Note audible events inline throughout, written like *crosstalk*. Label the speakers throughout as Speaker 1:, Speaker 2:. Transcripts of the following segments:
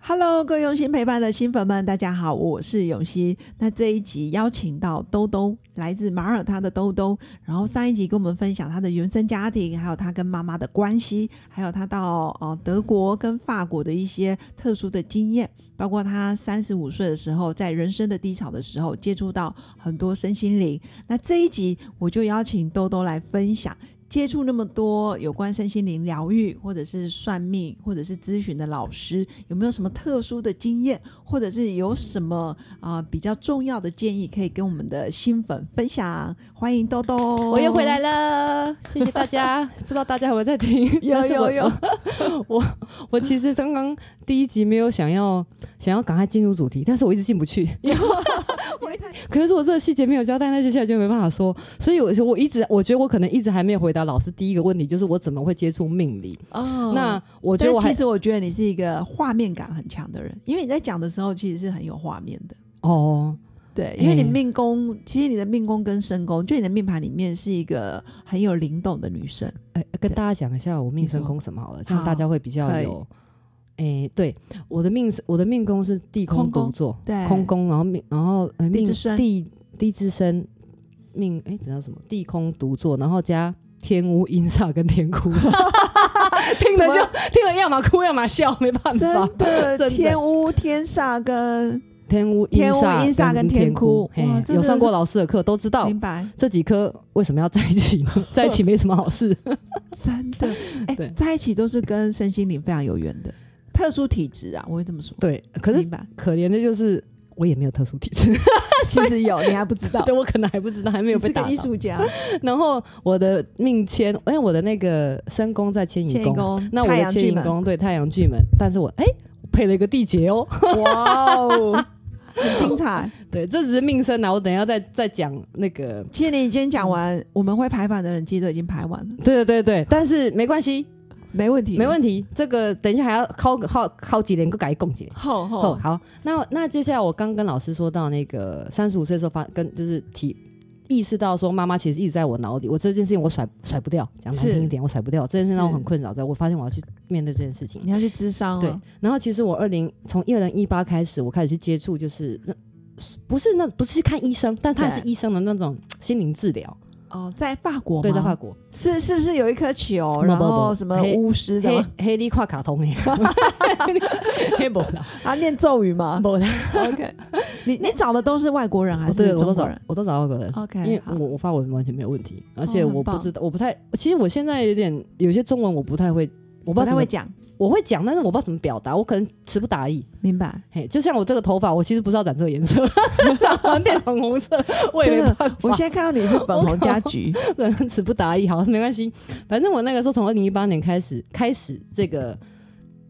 Speaker 1: Hello，各位用心陪伴的新粉们，大家好，我是永熙。那这一集邀请到兜兜，来自马耳他的兜兜。然后上一集跟我们分享他的原生家庭，还有他跟妈妈的关系，还有他到呃德国跟法国的一些特殊的经验，包括他三十五岁的时候，在人生的低潮的时候，接触到很多身心灵。那这一集我就邀请兜兜来分享。接触那么多有关身心灵疗愈，或者是算命，或者是咨询的老师，有没有什么特殊的经验，或者是有什么啊、呃比较重要的建议可以跟我们的新粉分享？欢迎豆豆，
Speaker 2: 我又回来了，谢谢大 *laughs* 家。不知道大家有 *laughs* 没有在听？
Speaker 1: *laughs* 有
Speaker 2: 但是
Speaker 1: 有
Speaker 2: 我
Speaker 1: 有，
Speaker 2: 我我其实刚刚第一集没有想要想要赶快进入主题，但是我一直进不去。
Speaker 1: 我也太
Speaker 2: *laughs* 可是我这个细节没有交代，那接下来就没办法说。所以我，我一直我觉得我可能一直还没有回答老师第一个问题，就是我怎么会接触命理？
Speaker 1: 哦
Speaker 2: 那我觉
Speaker 1: 但
Speaker 2: 得我还
Speaker 1: 其实我觉得你是一个画面感很强的人，因为你在讲的时候其实是很有画面的。
Speaker 2: 哦，
Speaker 1: 对，因为你
Speaker 2: 哎
Speaker 1: 命宫，其实你的命宫跟身宫，就你的命盘里面是一个很有灵动的女生。
Speaker 2: 哎、跟
Speaker 1: 对
Speaker 2: 大家讲一下我命
Speaker 1: 你说
Speaker 2: 生宫什么好了，这样
Speaker 1: 好
Speaker 2: 大家会比较
Speaker 1: 可以
Speaker 2: 有。哎、对，我的命我的命宫是地空
Speaker 1: 空宫
Speaker 2: 独坐，
Speaker 1: 对
Speaker 2: 空宫，然后命，然后呃
Speaker 1: 哎地
Speaker 2: 命
Speaker 1: 之声
Speaker 2: 地地之声命，哎，怎样什么地空独坐，然后加天乌阴煞跟
Speaker 1: *laughs*
Speaker 2: 天哭，听
Speaker 1: 怎
Speaker 2: 了就听了，要么哭，要么笑，没办法。
Speaker 1: 真的，
Speaker 2: 真的
Speaker 1: 天乌、天煞跟
Speaker 2: 天乌阴
Speaker 1: 天乌
Speaker 2: 煞
Speaker 1: 阴煞跟天
Speaker 2: 天
Speaker 1: 哭
Speaker 2: 嘿
Speaker 1: 哇真
Speaker 2: 有
Speaker 1: 的
Speaker 2: 上
Speaker 1: 是
Speaker 2: 过老师的课都知道
Speaker 1: 明。白，
Speaker 2: 这几科为什么要在一起
Speaker 1: *laughs*
Speaker 2: 呢？在一起没什么好事。
Speaker 1: 真
Speaker 2: *laughs*
Speaker 1: 的，哎、
Speaker 2: 对
Speaker 1: 在一起都是跟身心灵非常有缘的特殊体质啊，我会这么说。
Speaker 2: 对，可是
Speaker 1: 明白，
Speaker 2: 可怜的就是我也没有特殊体质，，
Speaker 1: 其实有，你还不知道
Speaker 2: *laughs* 对我可能还不知道，还没有
Speaker 1: 你
Speaker 2: 被
Speaker 1: 是
Speaker 2: 打
Speaker 1: 个
Speaker 2: 到嗯
Speaker 1: 艺。术家，
Speaker 2: 然后我的命迁，因为我的那个身宫在迁移
Speaker 1: 迁移
Speaker 2: 宫，
Speaker 1: 宫，
Speaker 2: 那我
Speaker 1: 太
Speaker 2: 的
Speaker 1: 阳
Speaker 2: 牵
Speaker 1: 巨
Speaker 2: 引
Speaker 1: 门，
Speaker 2: 宫对太阳巨门，但是我哎、我配了一个地劫哦。 *laughs*
Speaker 1: 哇哦，很精彩。
Speaker 2: 对，这只是命生啊，我等一下再再讲那个。
Speaker 1: 其实你今天讲
Speaker 2: 嗯
Speaker 1: 完，我们会排版的人其实都已经排完了，
Speaker 2: 对对对对，但是没关系，
Speaker 1: 没问题，
Speaker 2: 没
Speaker 1: 题。
Speaker 2: 问题。这个等一下还要靠靠靠几年，够改供解。
Speaker 1: 好
Speaker 2: 哦，
Speaker 1: 好，
Speaker 2: 好，那那接下来我刚跟老师说到那个三十五岁的时候发跟就是体意识到说妈妈其实一直在我脑里，我这件事情我甩甩不掉，讲难
Speaker 1: 是
Speaker 2: 听一点，我甩不掉这件事情让我
Speaker 1: 是
Speaker 2: 很困扰，在我发现我要去面对这件事情。
Speaker 1: 你要去咨商啊
Speaker 2: 对
Speaker 1: 了，，
Speaker 2: 然后其实我二零从二零一八开始，我开始去接触，就是那不是那不是去看医生，但他
Speaker 1: 对
Speaker 2: 是医生的那种心灵治疗。
Speaker 1: 哦，在法国吗？
Speaker 2: 对，在法国，
Speaker 1: 是是不是有一颗球，
Speaker 2: 不
Speaker 1: 然
Speaker 2: 不不
Speaker 1: 后什么
Speaker 2: 黑
Speaker 1: 巫师的
Speaker 2: 黑
Speaker 1: 吗
Speaker 2: 黑力跨卡通
Speaker 1: *laughs*
Speaker 2: 诶，黑 *laughs* 博啦，
Speaker 1: 啊？念咒语吗？
Speaker 2: 博啦，
Speaker 1: *laughs* OK，你你找的都是外国人还
Speaker 2: 哦对
Speaker 1: 是
Speaker 2: 我都
Speaker 1: 中国
Speaker 2: 找
Speaker 1: 人哦
Speaker 2: 我都找外国人。
Speaker 1: ？OK，
Speaker 2: 因为
Speaker 1: 好
Speaker 2: 我我发文完全没有问题，而且
Speaker 1: 哦很
Speaker 2: 我不
Speaker 1: 棒
Speaker 2: 知道，我不太，其实我现在有点有些中文我不太会，我不
Speaker 1: 不
Speaker 2: 知道
Speaker 1: 太
Speaker 2: 怎么
Speaker 1: 会，讲，
Speaker 2: 我会讲，但是我不知道怎么表达，我可能词不达意。
Speaker 1: 明白？
Speaker 2: 嘿，就像我这个头发，我其实不知道染这个颜色， *laughs* 染完变粉红色，我也
Speaker 1: 真
Speaker 2: 没
Speaker 1: 的
Speaker 2: 办法。
Speaker 1: 我现在看到你是粉红加橘，
Speaker 2: 可能词不达意，好，没关系。反正我那个时候从二零一八年开始，开始这个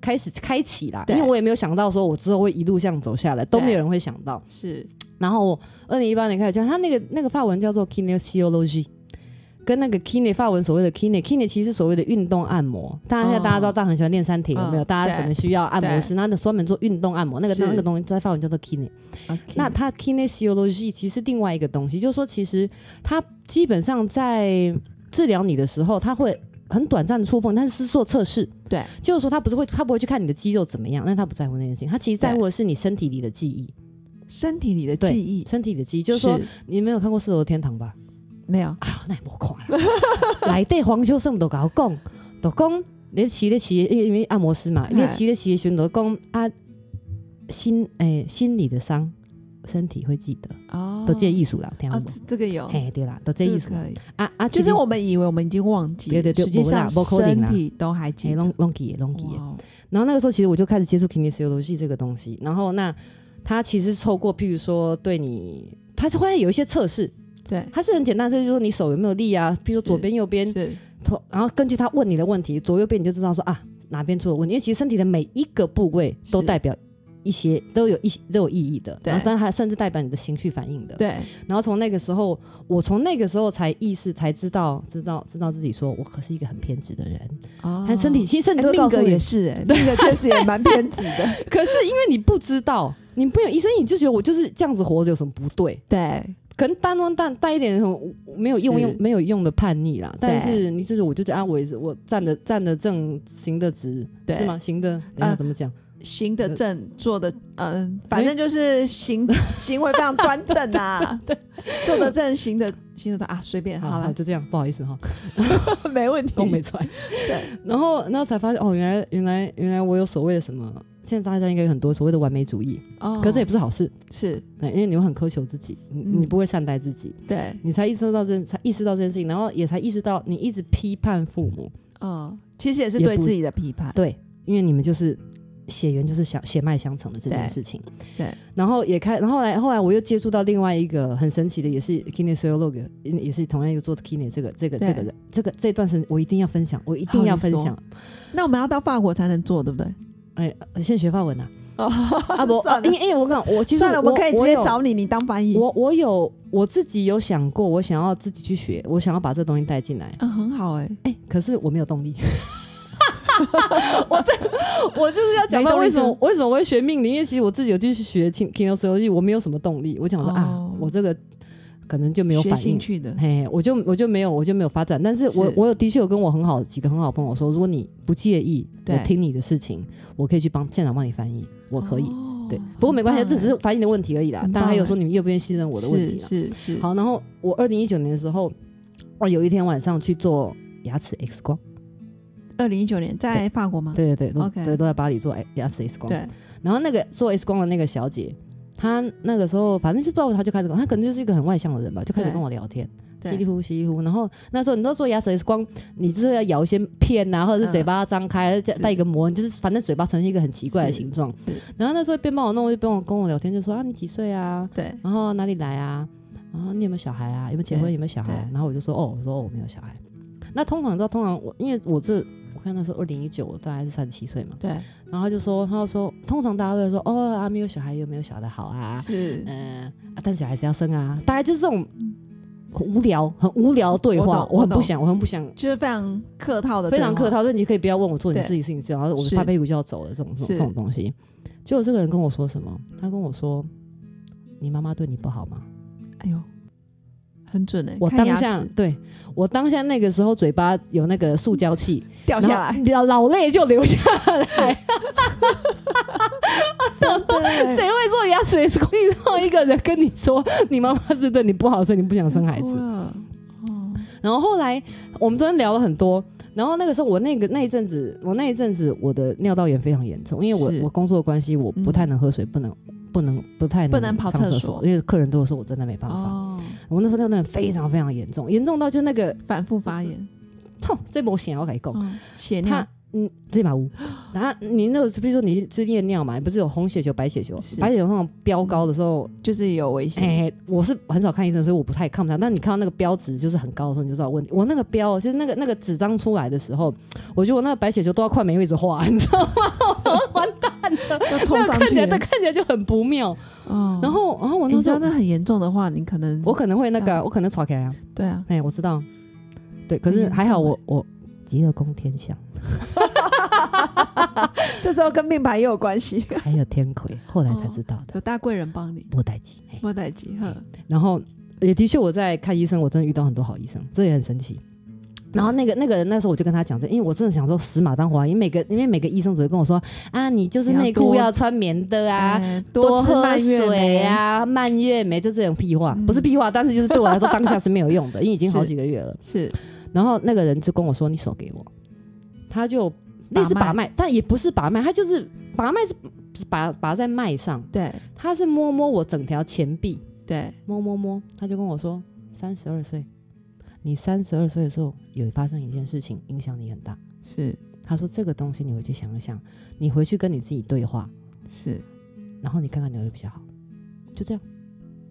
Speaker 2: 开始开启啦，
Speaker 1: 对
Speaker 2: 因为我也没有想到说我之后会一路这样走下来，都没有人会想到。
Speaker 1: 是
Speaker 2: 然后我二零一八年开始教，他那个那个法文叫做 kinesiology。跟那个 kine 法文所谓的 kine，kine 其实是所谓的运动按摩，当然现在大家知道，大家很喜欢练三铁，有没
Speaker 1: 哦
Speaker 2: 有？
Speaker 1: 嗯
Speaker 2: 大家可能需要按摩师，那就专门做运动按摩，那个
Speaker 1: 是
Speaker 2: 那个东西在 *laughs* 法文叫做 kine。
Speaker 1: *laughs*
Speaker 2: 那它 kinesiology 其实另外一个东西，就是说，其实它基本上在治疗你的时候，它会很短暂的触碰，但是是做测试。
Speaker 1: 对，
Speaker 2: 就是说，它不是会，它不会去看你的肌肉怎么样，那它不在乎那件事情，它其实在乎的是你身体里的记忆，
Speaker 1: 身体里的
Speaker 2: 对
Speaker 1: 记忆，
Speaker 2: 身体里的记忆。就是说，你没有看过《四楼天堂》吧？
Speaker 1: 没有
Speaker 2: *laughs* 啊，那也没看啊 *laughs* 啦。来对黄秋生都甲我讲，都讲你在骑咧骑，因为因为按摩师嘛，
Speaker 1: 哎
Speaker 2: 你在骑咧骑的时候就讲啊，心诶、心里的伤，身体会记得。
Speaker 1: 哦
Speaker 2: 都这艺术啦，听
Speaker 1: 啊
Speaker 2: 懂，吗？
Speaker 1: 这这个有，
Speaker 2: 嘿，对啦，都这
Speaker 1: 这
Speaker 2: 艺
Speaker 1: 个
Speaker 2: 术
Speaker 1: 可以。
Speaker 2: 啊啊，
Speaker 1: 就是我们以为我们已经忘记了，
Speaker 2: 对对对
Speaker 1: 实际上
Speaker 2: 没啦没可能
Speaker 1: 身
Speaker 2: 啦
Speaker 1: 体都还记
Speaker 2: 哎，
Speaker 1: 得。
Speaker 2: 弄弄记的，弄记的。
Speaker 1: 哇哦
Speaker 2: 然后那个时候，其实我就开始接触 kinesiology 这个东西。然后那它其实是透过，譬如说对你，它就会有一些测试，
Speaker 1: 对，
Speaker 2: 它是很简单，这就是说你手有没有力啊，譬如说
Speaker 1: 嗯是
Speaker 2: 左边右边，
Speaker 1: 是
Speaker 2: 头然后根据他问你的问题，左右边你就知道说啊哪边出了问题，因为其实身体的每一个部位都
Speaker 1: 是
Speaker 2: 代表一些都有一些都有意义的，
Speaker 1: 对
Speaker 2: 然后但还甚至代表你的情绪反应的。
Speaker 1: 对，
Speaker 2: 然后从那个时候，我从那个时候才意识，才知道，知道，知道自己说我可是一个很偏执的人。
Speaker 1: 哦
Speaker 2: 但身体其实身体都会
Speaker 1: 命
Speaker 2: 告诉
Speaker 1: 格
Speaker 2: 你
Speaker 1: 也，是，哎，命格确实也蛮偏执的，
Speaker 2: *laughs* 可是因为你不知道，你不有医生，你就觉得我就是这样子活着有什么不 *laughs* 对？
Speaker 1: 对
Speaker 2: 可能单方带带一点很没有用
Speaker 1: 是
Speaker 2: 用没有用的叛逆啦，但
Speaker 1: 对
Speaker 2: 是你就是我就觉得啊，我也是我站的站的正，行的直，
Speaker 1: 对
Speaker 2: 是吗？行的，等一下
Speaker 1: 呃
Speaker 2: 怎么讲？
Speaker 1: 行得正，坐的嗯，
Speaker 2: 哎
Speaker 1: 反正就是
Speaker 2: *laughs*
Speaker 1: 行行为非常端正啊，坐得正，行得行得端啊，随便好
Speaker 2: 好，
Speaker 1: 了，
Speaker 2: 就这样，不好意思哈，
Speaker 1: *laughs* 没问题，
Speaker 2: 都没出来。
Speaker 1: 对，
Speaker 2: 然后然后才发现哦，原来原来原来我有所谓的什么。现在大家应该有很多所谓的完美主义，
Speaker 1: 哦
Speaker 2: 可这也不是好事，
Speaker 1: 是
Speaker 2: 对因为你会很苛求自己，你
Speaker 1: 嗯
Speaker 2: 你不会善待自己，
Speaker 1: 对，
Speaker 2: 你才意识到这，才意识到这件事情，然后也才意识到你一直批判父母，
Speaker 1: 嗯，其实也是
Speaker 2: 也
Speaker 1: 对
Speaker 2: 不
Speaker 1: 自己的批判，
Speaker 2: 对，因为你们就是血缘就是相血脉相承的这件
Speaker 1: 对
Speaker 2: 事情。
Speaker 1: 对
Speaker 2: 然后也开，然后后来后来我又接触到另外一个很神奇的，也是 kinesiolog，也是同样一个做 kine 这个这个
Speaker 1: 对
Speaker 2: 这个人，这个这段时间我一定要分享，我一定要分享。
Speaker 1: 那我们要到法国才能做，对不对？
Speaker 2: 哎，先学法
Speaker 1: *laughs*
Speaker 2: 文啊！
Speaker 1: 哦，
Speaker 2: 啊不，
Speaker 1: *laughs*
Speaker 2: 啊
Speaker 1: 算
Speaker 2: 因
Speaker 1: 了
Speaker 2: 为因为我讲，我其实
Speaker 1: 算了，我们可以直接
Speaker 2: 有
Speaker 1: 找你，你当翻译，
Speaker 2: 我我有我自己有想过，我想要自己去学，我想要把这东西带进来。
Speaker 1: 嗯，很好哎，
Speaker 2: 哎、可是我没有动力。 *laughs* 我这我就是要讲
Speaker 1: 没
Speaker 2: 到
Speaker 1: 动力
Speaker 2: 为什么
Speaker 1: 就
Speaker 2: 为什么我会学命理，因为其实我自己有继续学 kin kinesiology，我没有什么动力。我讲说、
Speaker 1: 哦
Speaker 2: 啊，我这个可能就没有
Speaker 1: 学
Speaker 2: 反
Speaker 1: 兴
Speaker 2: 应。
Speaker 1: 趣的，
Speaker 2: 嘿，我就我就没有我就没有发展，但是我
Speaker 1: 是
Speaker 2: 我有的确有跟我很好几个很好的朋友说，如果你不介意我
Speaker 1: 对
Speaker 2: 听你的事情，我可以去帮现场帮你翻译，我可以。
Speaker 1: 哦
Speaker 2: 对，不过没关系，
Speaker 1: 很棒
Speaker 2: 这只是翻译的问题而已啦
Speaker 1: 很。
Speaker 2: 当然还有
Speaker 1: 棒
Speaker 2: 说你们愿不愿意信任我的问题啦。啊
Speaker 1: 是是是，
Speaker 2: 好，然后我二零一九年的时候，哦，有一天晚上去做牙齿 X 光，
Speaker 1: 二零一九年在法国吗？
Speaker 2: 对对对都
Speaker 1: OK
Speaker 2: 对，都在巴黎做牙齿 X 光。
Speaker 1: 对，
Speaker 2: 然后那个做 X 光的那个小姐，她那个时候反正是不知道，她就开始跟我，她可能就是一个很外向的人吧，就开始
Speaker 1: 对
Speaker 2: 跟我聊天，
Speaker 1: 对
Speaker 2: 稀里呼稀里呼。然后那时候你都做牙齿 X 光，你就是要咬一些片啊，
Speaker 1: 嗯
Speaker 2: 或者是嘴巴张开，再
Speaker 1: 是
Speaker 2: 戴一个膜，你就是反正嘴巴呈现一个很奇怪的
Speaker 1: 是
Speaker 2: 形状
Speaker 1: 是。
Speaker 2: 然后那时候边帮我弄，就边我跟我聊天，就说啊你几岁啊？
Speaker 1: 对
Speaker 2: 然后哪里来啊？然后你有没有小孩啊？有没有结婚？
Speaker 1: 对
Speaker 2: 有没有小孩
Speaker 1: 对？
Speaker 2: 然后我就说哦，我说哦，我没有小孩。那通常你知道，通常我因为我这我看那时候二零一九，我大概是三十七岁嘛。
Speaker 1: 对
Speaker 2: 然后他就说，他就说，通常大家都会说哦啊，没有小孩有没有小的好啊？
Speaker 1: 是
Speaker 2: 嗯、啊，但小孩子要生啊，大概就是这种很无聊、很无聊的对
Speaker 1: 我，
Speaker 2: 话
Speaker 1: 懂
Speaker 2: 我很
Speaker 1: 我懂
Speaker 2: 不想，我很不想。
Speaker 1: 就是非常客套的，
Speaker 2: 非常客，套，所以你可以不要问我做你
Speaker 1: 对
Speaker 2: 自己事情就好，然后我
Speaker 1: 是
Speaker 2: 拍屁股就要走了，这种这种
Speaker 1: 是
Speaker 2: 这种东西。结果这个人跟我说什么？他跟我说：“你妈妈对你不好吗？”
Speaker 1: 哎呦，很准哎，
Speaker 2: 我
Speaker 1: 看
Speaker 2: 当
Speaker 1: 牙
Speaker 2: 下
Speaker 1: 齿
Speaker 2: 对我当下那个时候嘴巴有那个塑胶气
Speaker 1: 掉下来，，
Speaker 2: 然后老老泪就流下来。
Speaker 1: 真的哎
Speaker 2: *laughs* 谁会做牙齿 X 光？遇到一个人跟你说你妈妈是对你不好，所以你不想生孩
Speaker 1: 哭
Speaker 2: 子。
Speaker 1: 了哦，
Speaker 2: 然后后来我们真的聊了很多。然后那个时候我那个那一阵子，我那一阵子我的尿道炎非常严重，因为我
Speaker 1: 是嗯
Speaker 2: 我工作的关系，我不太能喝水，不能不能不太能
Speaker 1: 不能跑
Speaker 2: 上
Speaker 1: 厕
Speaker 2: 所，
Speaker 1: 所
Speaker 2: 因为客人都说我真的没办法。
Speaker 1: 哦，
Speaker 2: 我那时候尿道炎非常非常严重，严重到就那个
Speaker 1: 反复发炎，
Speaker 2: 痛，这波险我改讲。
Speaker 1: 嗯血
Speaker 2: 哦他
Speaker 1: 尿，
Speaker 2: 嗯，这把无， *gasps* 然后你那个，比如说你是夜尿嘛，不是有红血球、白血球
Speaker 1: 是，
Speaker 2: 白血球那种飙高的时候，
Speaker 1: 就是有危险，
Speaker 2: 哎、我是很少看医生，所以我不太看不到。但你看到那个标值就是很高的时候，你就知道问题。我那个标就是那个那个纸张出来的时候，我觉得我那个白血球都要快没位置画，你知道吗？我完蛋了，
Speaker 1: 要冲
Speaker 2: *laughs* 那个
Speaker 1: 上
Speaker 2: 看
Speaker 1: 去
Speaker 2: 起来，那
Speaker 1: 了，
Speaker 2: 看起来就很不妙。
Speaker 1: 哦
Speaker 2: 然后，然后我
Speaker 1: 你
Speaker 2: 那
Speaker 1: 知
Speaker 2: 时
Speaker 1: 道
Speaker 2: 候，
Speaker 1: 那很严重的话，你可能
Speaker 2: 我可能会那个，我可能吵起来啊。
Speaker 1: 对啊，
Speaker 2: 哎、我知道，对，可
Speaker 1: 很
Speaker 2: 是
Speaker 1: 严
Speaker 2: 还好
Speaker 1: 重
Speaker 2: 我我极乐宫天象。
Speaker 1: 这时候跟命盘也有关系，
Speaker 2: 还有天魁，后来才知道的
Speaker 1: 有大贵人帮你，
Speaker 2: 莫代基。嘿
Speaker 1: 莫代吉呵，
Speaker 2: 然后也的确，我在看医生，我真的遇到很多好医生，这也很神奇。然后那个那个人那时候我就跟他讲这，因为我真的想说死马当活马医，因为每个因为每个医生只会跟我说啊，你就是内
Speaker 1: 你要
Speaker 2: 裤
Speaker 1: 哎多
Speaker 2: 要穿棉的啊，
Speaker 1: 哎
Speaker 2: 多
Speaker 1: 吃
Speaker 2: 喝
Speaker 1: 蔓越
Speaker 2: 水
Speaker 1: 莓，
Speaker 2: 啊，蔓越莓就这种屁话，
Speaker 1: 嗯
Speaker 2: 不是屁话，但是就是对我来说当下是没有用的，因为已经
Speaker 1: *laughs*
Speaker 2: 好
Speaker 1: 是
Speaker 2: 几个月了。
Speaker 1: 是
Speaker 2: 然后那个人就跟我说：“你手给我。”他就类似
Speaker 1: 把脉
Speaker 2: 把脉，但也不是把脉，他就是把脉是是把把在脉上，
Speaker 1: 对
Speaker 2: 他是摸摸我整条前臂，
Speaker 1: 对，
Speaker 2: 摸摸摸，他就跟我说：“三十二岁，你三十二岁的时候有发生一件事情，影响你很大。
Speaker 1: 是”
Speaker 2: 他说：“这个东西你回去想一想，你回去跟你自己对话，
Speaker 1: 是，
Speaker 2: 然后你看看哪会比较好。”就这样。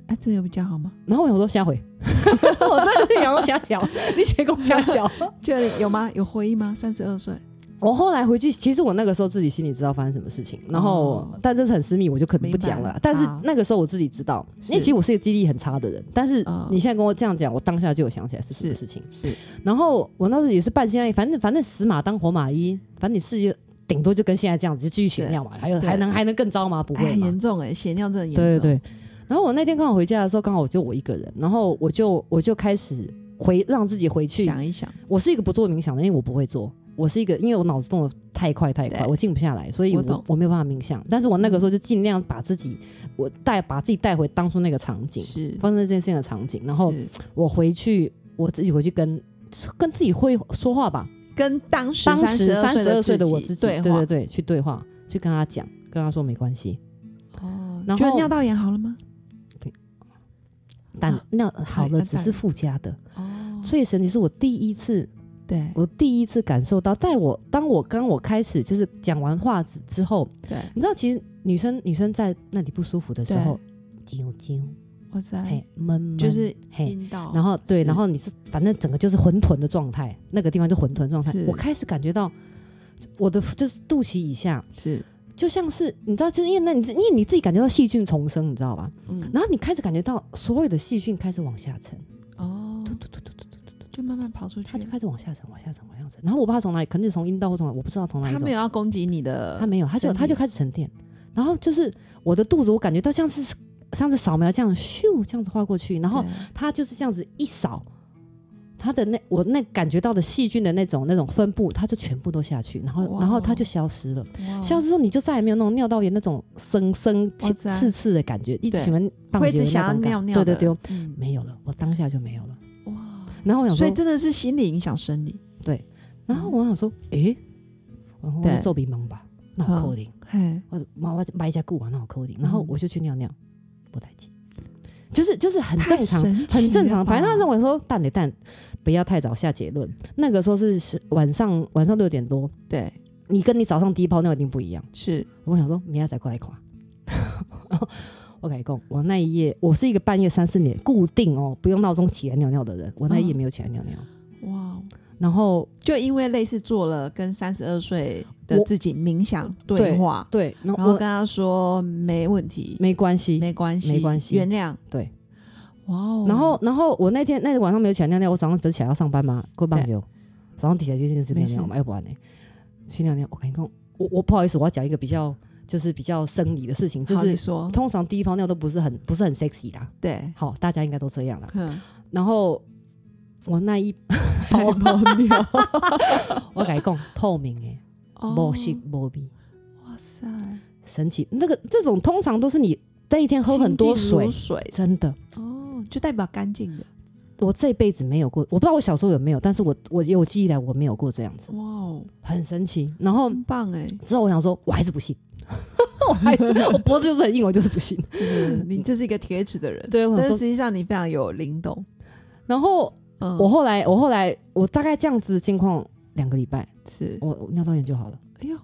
Speaker 1: 哎，这有比较好吗？
Speaker 2: 然后我想说瞎 *laughs* 回， *laughs* 我真的是想说瞎想，你写给我瞎想。
Speaker 1: 这里有吗？有回忆吗？三十二岁，
Speaker 2: 我后来回去，其实我那个时候自己心里知道发生什么事情，然后、
Speaker 1: 哦
Speaker 2: 但这是很私密，我就可能不讲
Speaker 1: 明
Speaker 2: 了
Speaker 1: 白。
Speaker 2: 但是
Speaker 1: 好
Speaker 2: 那个时候我自己知道，因为
Speaker 1: 是
Speaker 2: 其实我是一个记忆力很差的人，但是
Speaker 1: 哦
Speaker 2: 你现在跟我这样讲，我当下就有想起来是什么
Speaker 1: 是
Speaker 2: 事情。
Speaker 1: 哦是
Speaker 2: 然后我那时候也是半信半疑，反正反正死马当活马医，反正你是顶多就跟现在这样子就继续血
Speaker 1: 对
Speaker 2: 尿嘛，还有
Speaker 1: 对
Speaker 2: 还能还能更糟吗？不
Speaker 1: 哎
Speaker 2: 会嘛？
Speaker 1: 严重哎，血尿真的严重，
Speaker 2: 对对对。然后我那天刚好回家的时候，刚好我就我一个人，然后我就我就开始回让自己回去
Speaker 1: 想一想，
Speaker 2: 我是一个不做冥想的，因为我不会做。我是一个，因为我脑子动得太快太快，
Speaker 1: 对
Speaker 2: 我静不下来，所以
Speaker 1: 我
Speaker 2: 我
Speaker 1: 懂嗯
Speaker 2: 我没有办法冥想。但是我那个时候就尽量把自己，我带把自己带回当初那个场景，
Speaker 1: 是，
Speaker 2: 发生这件事情的场景，然后
Speaker 1: 是
Speaker 2: 我回去，我自己回去跟跟自己会说话吧，
Speaker 1: 跟当时
Speaker 2: 当时
Speaker 1: 32
Speaker 2: 三十二岁的我
Speaker 1: 自
Speaker 2: 自己，
Speaker 1: 对
Speaker 2: 对
Speaker 1: 话
Speaker 2: 对，对，去对话，去跟他讲，跟他说没关系，
Speaker 1: 哦，
Speaker 2: 然
Speaker 1: 觉得
Speaker 2: 后
Speaker 1: 尿道炎好了吗？
Speaker 2: 但
Speaker 1: 啊
Speaker 2: 那好
Speaker 1: 哎
Speaker 2: 了
Speaker 1: 那
Speaker 2: 只
Speaker 1: 当
Speaker 2: 是附加的。
Speaker 1: 哦
Speaker 2: 所以神奇是我第一次
Speaker 1: 对
Speaker 2: 我第一次感受到，在我当我刚我开始就是讲完话之之后，
Speaker 1: 对，
Speaker 2: 你知道，其实女生女生在那里不舒服的时候，啾啾，
Speaker 1: 我知道，
Speaker 2: 嘿，闷闷，
Speaker 1: 哎就是
Speaker 2: 嘿，
Speaker 1: 阴道，
Speaker 2: 然后对，
Speaker 1: 是
Speaker 2: 然后你是反正整个就是混沌的状态，那个地方就混沌状态
Speaker 1: 是。
Speaker 2: 我开始感觉到我的就是肚脐以下，
Speaker 1: 是，
Speaker 2: 就像是你知道，就是因为那你因为你自己感觉到细菌重生，你知道吧？
Speaker 1: 嗯，
Speaker 2: 然后你开始感觉到所有的细菌开始往下沉，
Speaker 1: 哦，
Speaker 2: 突突突突突突突，
Speaker 1: 就慢慢跑出去
Speaker 2: 它，就开始往下沉，往下沉，往下沉。然后我不知道从哪里，肯定是从阴道或从哪，我不知道从哪里
Speaker 1: 他
Speaker 2: 走
Speaker 1: 没有要攻击你的，
Speaker 2: 他没有，他就
Speaker 1: 呃身体
Speaker 2: 他就开始沉淀，然后就是我的肚子，我感觉到像是像是扫描这样咻这样子划过去，然后
Speaker 1: 对
Speaker 2: 他就是这样子一扫，他的那我那感觉到的细菌的那种那种分布，它就全部都下去，然后
Speaker 1: 哇
Speaker 2: 然后它就消失了。
Speaker 1: 哇
Speaker 2: 消失之后，你就再也没有那种尿道炎那种生生
Speaker 1: 我
Speaker 2: 刺
Speaker 1: 知道
Speaker 2: 刺刺的感觉，一
Speaker 1: 对
Speaker 2: 喜欢棒
Speaker 1: 会一
Speaker 2: 球
Speaker 1: 直
Speaker 2: 的
Speaker 1: 想
Speaker 2: 那
Speaker 1: 要
Speaker 2: 种
Speaker 1: 尿
Speaker 2: 感
Speaker 1: 尿
Speaker 2: 觉，对
Speaker 1: 的，
Speaker 2: 对对，
Speaker 1: 嗯，
Speaker 2: 没有了，我当下就没有了。
Speaker 1: 哇，
Speaker 2: 然后我想
Speaker 1: 所
Speaker 2: 说
Speaker 1: 以，真的是心理影响生理，
Speaker 2: 然后我想说，诶，我我
Speaker 1: 对
Speaker 2: 做鼻盲吧，那我扣零。
Speaker 1: 嘿，
Speaker 2: 我妈妈买一家固网那我扣零，然后
Speaker 1: 嗯
Speaker 2: 我就去尿尿，不带劲，就是就是很
Speaker 1: 太
Speaker 2: 正常
Speaker 1: 神，奇
Speaker 2: 很正
Speaker 1: 了
Speaker 2: 常。反正
Speaker 1: 吧
Speaker 2: 那我说蛋得蛋，不要太早下结论。那个时候是是晚上晚上六点多，
Speaker 1: 对，
Speaker 2: 你跟你早上第一泡尿一定不一样。
Speaker 1: 是
Speaker 2: 我想说明天再过来看。 *laughs* 我跟你讲，我那一夜我是一个半夜三四点固定哦，不用闹钟起来尿尿的人，我那一夜
Speaker 1: 嗯
Speaker 2: 没有起来尿尿。哦
Speaker 1: 哇，
Speaker 2: 然后
Speaker 1: 就因为类似做了跟三十二岁的
Speaker 2: 我
Speaker 1: 自己冥想对话，
Speaker 2: 对，然
Speaker 1: 然
Speaker 2: 后
Speaker 1: 后
Speaker 2: 我
Speaker 1: 跟他说没问题，
Speaker 2: 没关系，
Speaker 1: 没关系，
Speaker 2: 没关系
Speaker 1: 原谅，
Speaker 2: 对，
Speaker 1: 哇哦，
Speaker 2: 然后，然后我那天那天晚上没有起来尿尿，我早上不是起来要上班吗？过半九，早上起来就是去尿尿嘛，要不然呢，去尿尿。我跟你讲，我我不好意思，我要讲一个比较就是比较生理的事情，就
Speaker 1: 好你
Speaker 2: 是
Speaker 1: 说，
Speaker 2: 通常第一泡尿都不是很不是很 sexy 啦。
Speaker 1: 对，
Speaker 2: 好，大家应该都这样啦。
Speaker 1: 嗯，
Speaker 2: 然后我那一
Speaker 1: 泡泡尿，
Speaker 2: *laughs* 我跟你讲，透明诶，
Speaker 1: 哦
Speaker 2: 无色，无味，
Speaker 1: 哇塞，
Speaker 2: 神奇。那个这种通常都是你那一天喝很多
Speaker 1: 清静
Speaker 2: 水
Speaker 1: 如，水
Speaker 2: 真的。
Speaker 1: 哦，就代表干净的，
Speaker 2: 我这辈子没有过，我不知道我小时候有没有，但是我我有记忆以来我没有过这样子，
Speaker 1: 哇哦，
Speaker 2: 很神奇。然后
Speaker 1: 很棒哎，
Speaker 2: 之后我想说，我还是不信， *laughs* 我还是我脖子就是很硬，我就是不信。
Speaker 1: 真的你这是一个铁齿的人，
Speaker 2: *laughs* 嗯对，我
Speaker 1: 但
Speaker 2: 想
Speaker 1: 是实
Speaker 2: 说，
Speaker 1: 际上你非常有灵动，
Speaker 2: 然后
Speaker 1: 嗯，
Speaker 2: 我后来，我后来，我大概这样子情况两个礼拜，
Speaker 1: 是，
Speaker 2: 我我尿道炎就好了，
Speaker 1: 哎呦，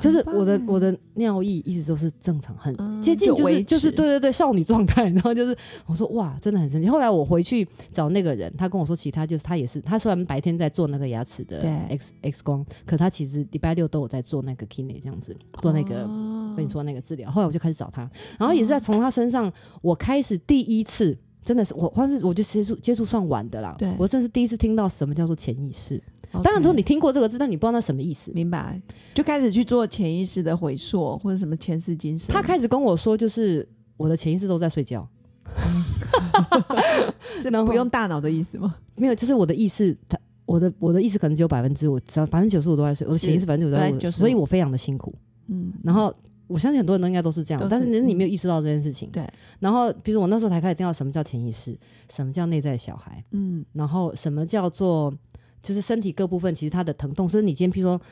Speaker 2: 就是
Speaker 1: 很棒
Speaker 2: 我的
Speaker 1: 哎
Speaker 2: 我的尿液一直都是正常，很
Speaker 1: 嗯
Speaker 2: 接近，
Speaker 1: 就
Speaker 2: 欸就
Speaker 1: 维
Speaker 2: 是就是
Speaker 1: 持
Speaker 2: 对对对少女状态。然 *laughs* 后就是我说哇，真的很神奇。后来我回去找那个人，他跟我说，其他就是他也是，他虽然白天在做那个牙齿的
Speaker 1: 对
Speaker 2: X X 光，可他其实礼拜六都有在做那个 kidney 这样子，做那个
Speaker 1: 哦
Speaker 2: 跟你说那个治疗。后来我就开始找他，然后也是在从他身上，我开始第一次真的是我，或是我就接触接触算晚的啦。
Speaker 1: 对
Speaker 2: 我真是第一次听到什么叫做潜意识。
Speaker 1: OK
Speaker 2: 当然说你听过这个字，但你不知道那什么意思。
Speaker 1: 明白，就开始去做潜意识的回溯或者什么前世今生。
Speaker 2: 他开始跟我说，就是我的潜意识都在睡觉，
Speaker 1: 是
Speaker 2: 然后
Speaker 1: 不用大脑的意思吗？
Speaker 2: 没有，就是我的意识他。我的我的意识可能只有百分之五，只要百分之九十五都在睡，我的
Speaker 1: 是
Speaker 2: 潜意识百分之
Speaker 1: 对
Speaker 2: 九
Speaker 1: 95%
Speaker 2: 十五，所以我非常的辛苦。
Speaker 1: 嗯，
Speaker 2: 然后我相信很多人都应该都是这样，
Speaker 1: 都是
Speaker 2: 但是嗯你没有意识到这件事情。
Speaker 1: 对。
Speaker 2: 然后，比如我那时候才开始听到什么叫潜意识，什么叫内在小孩，
Speaker 1: 嗯，
Speaker 2: 然后什么叫做就是身体各部分，其实它的疼痛，是你今天譬如说，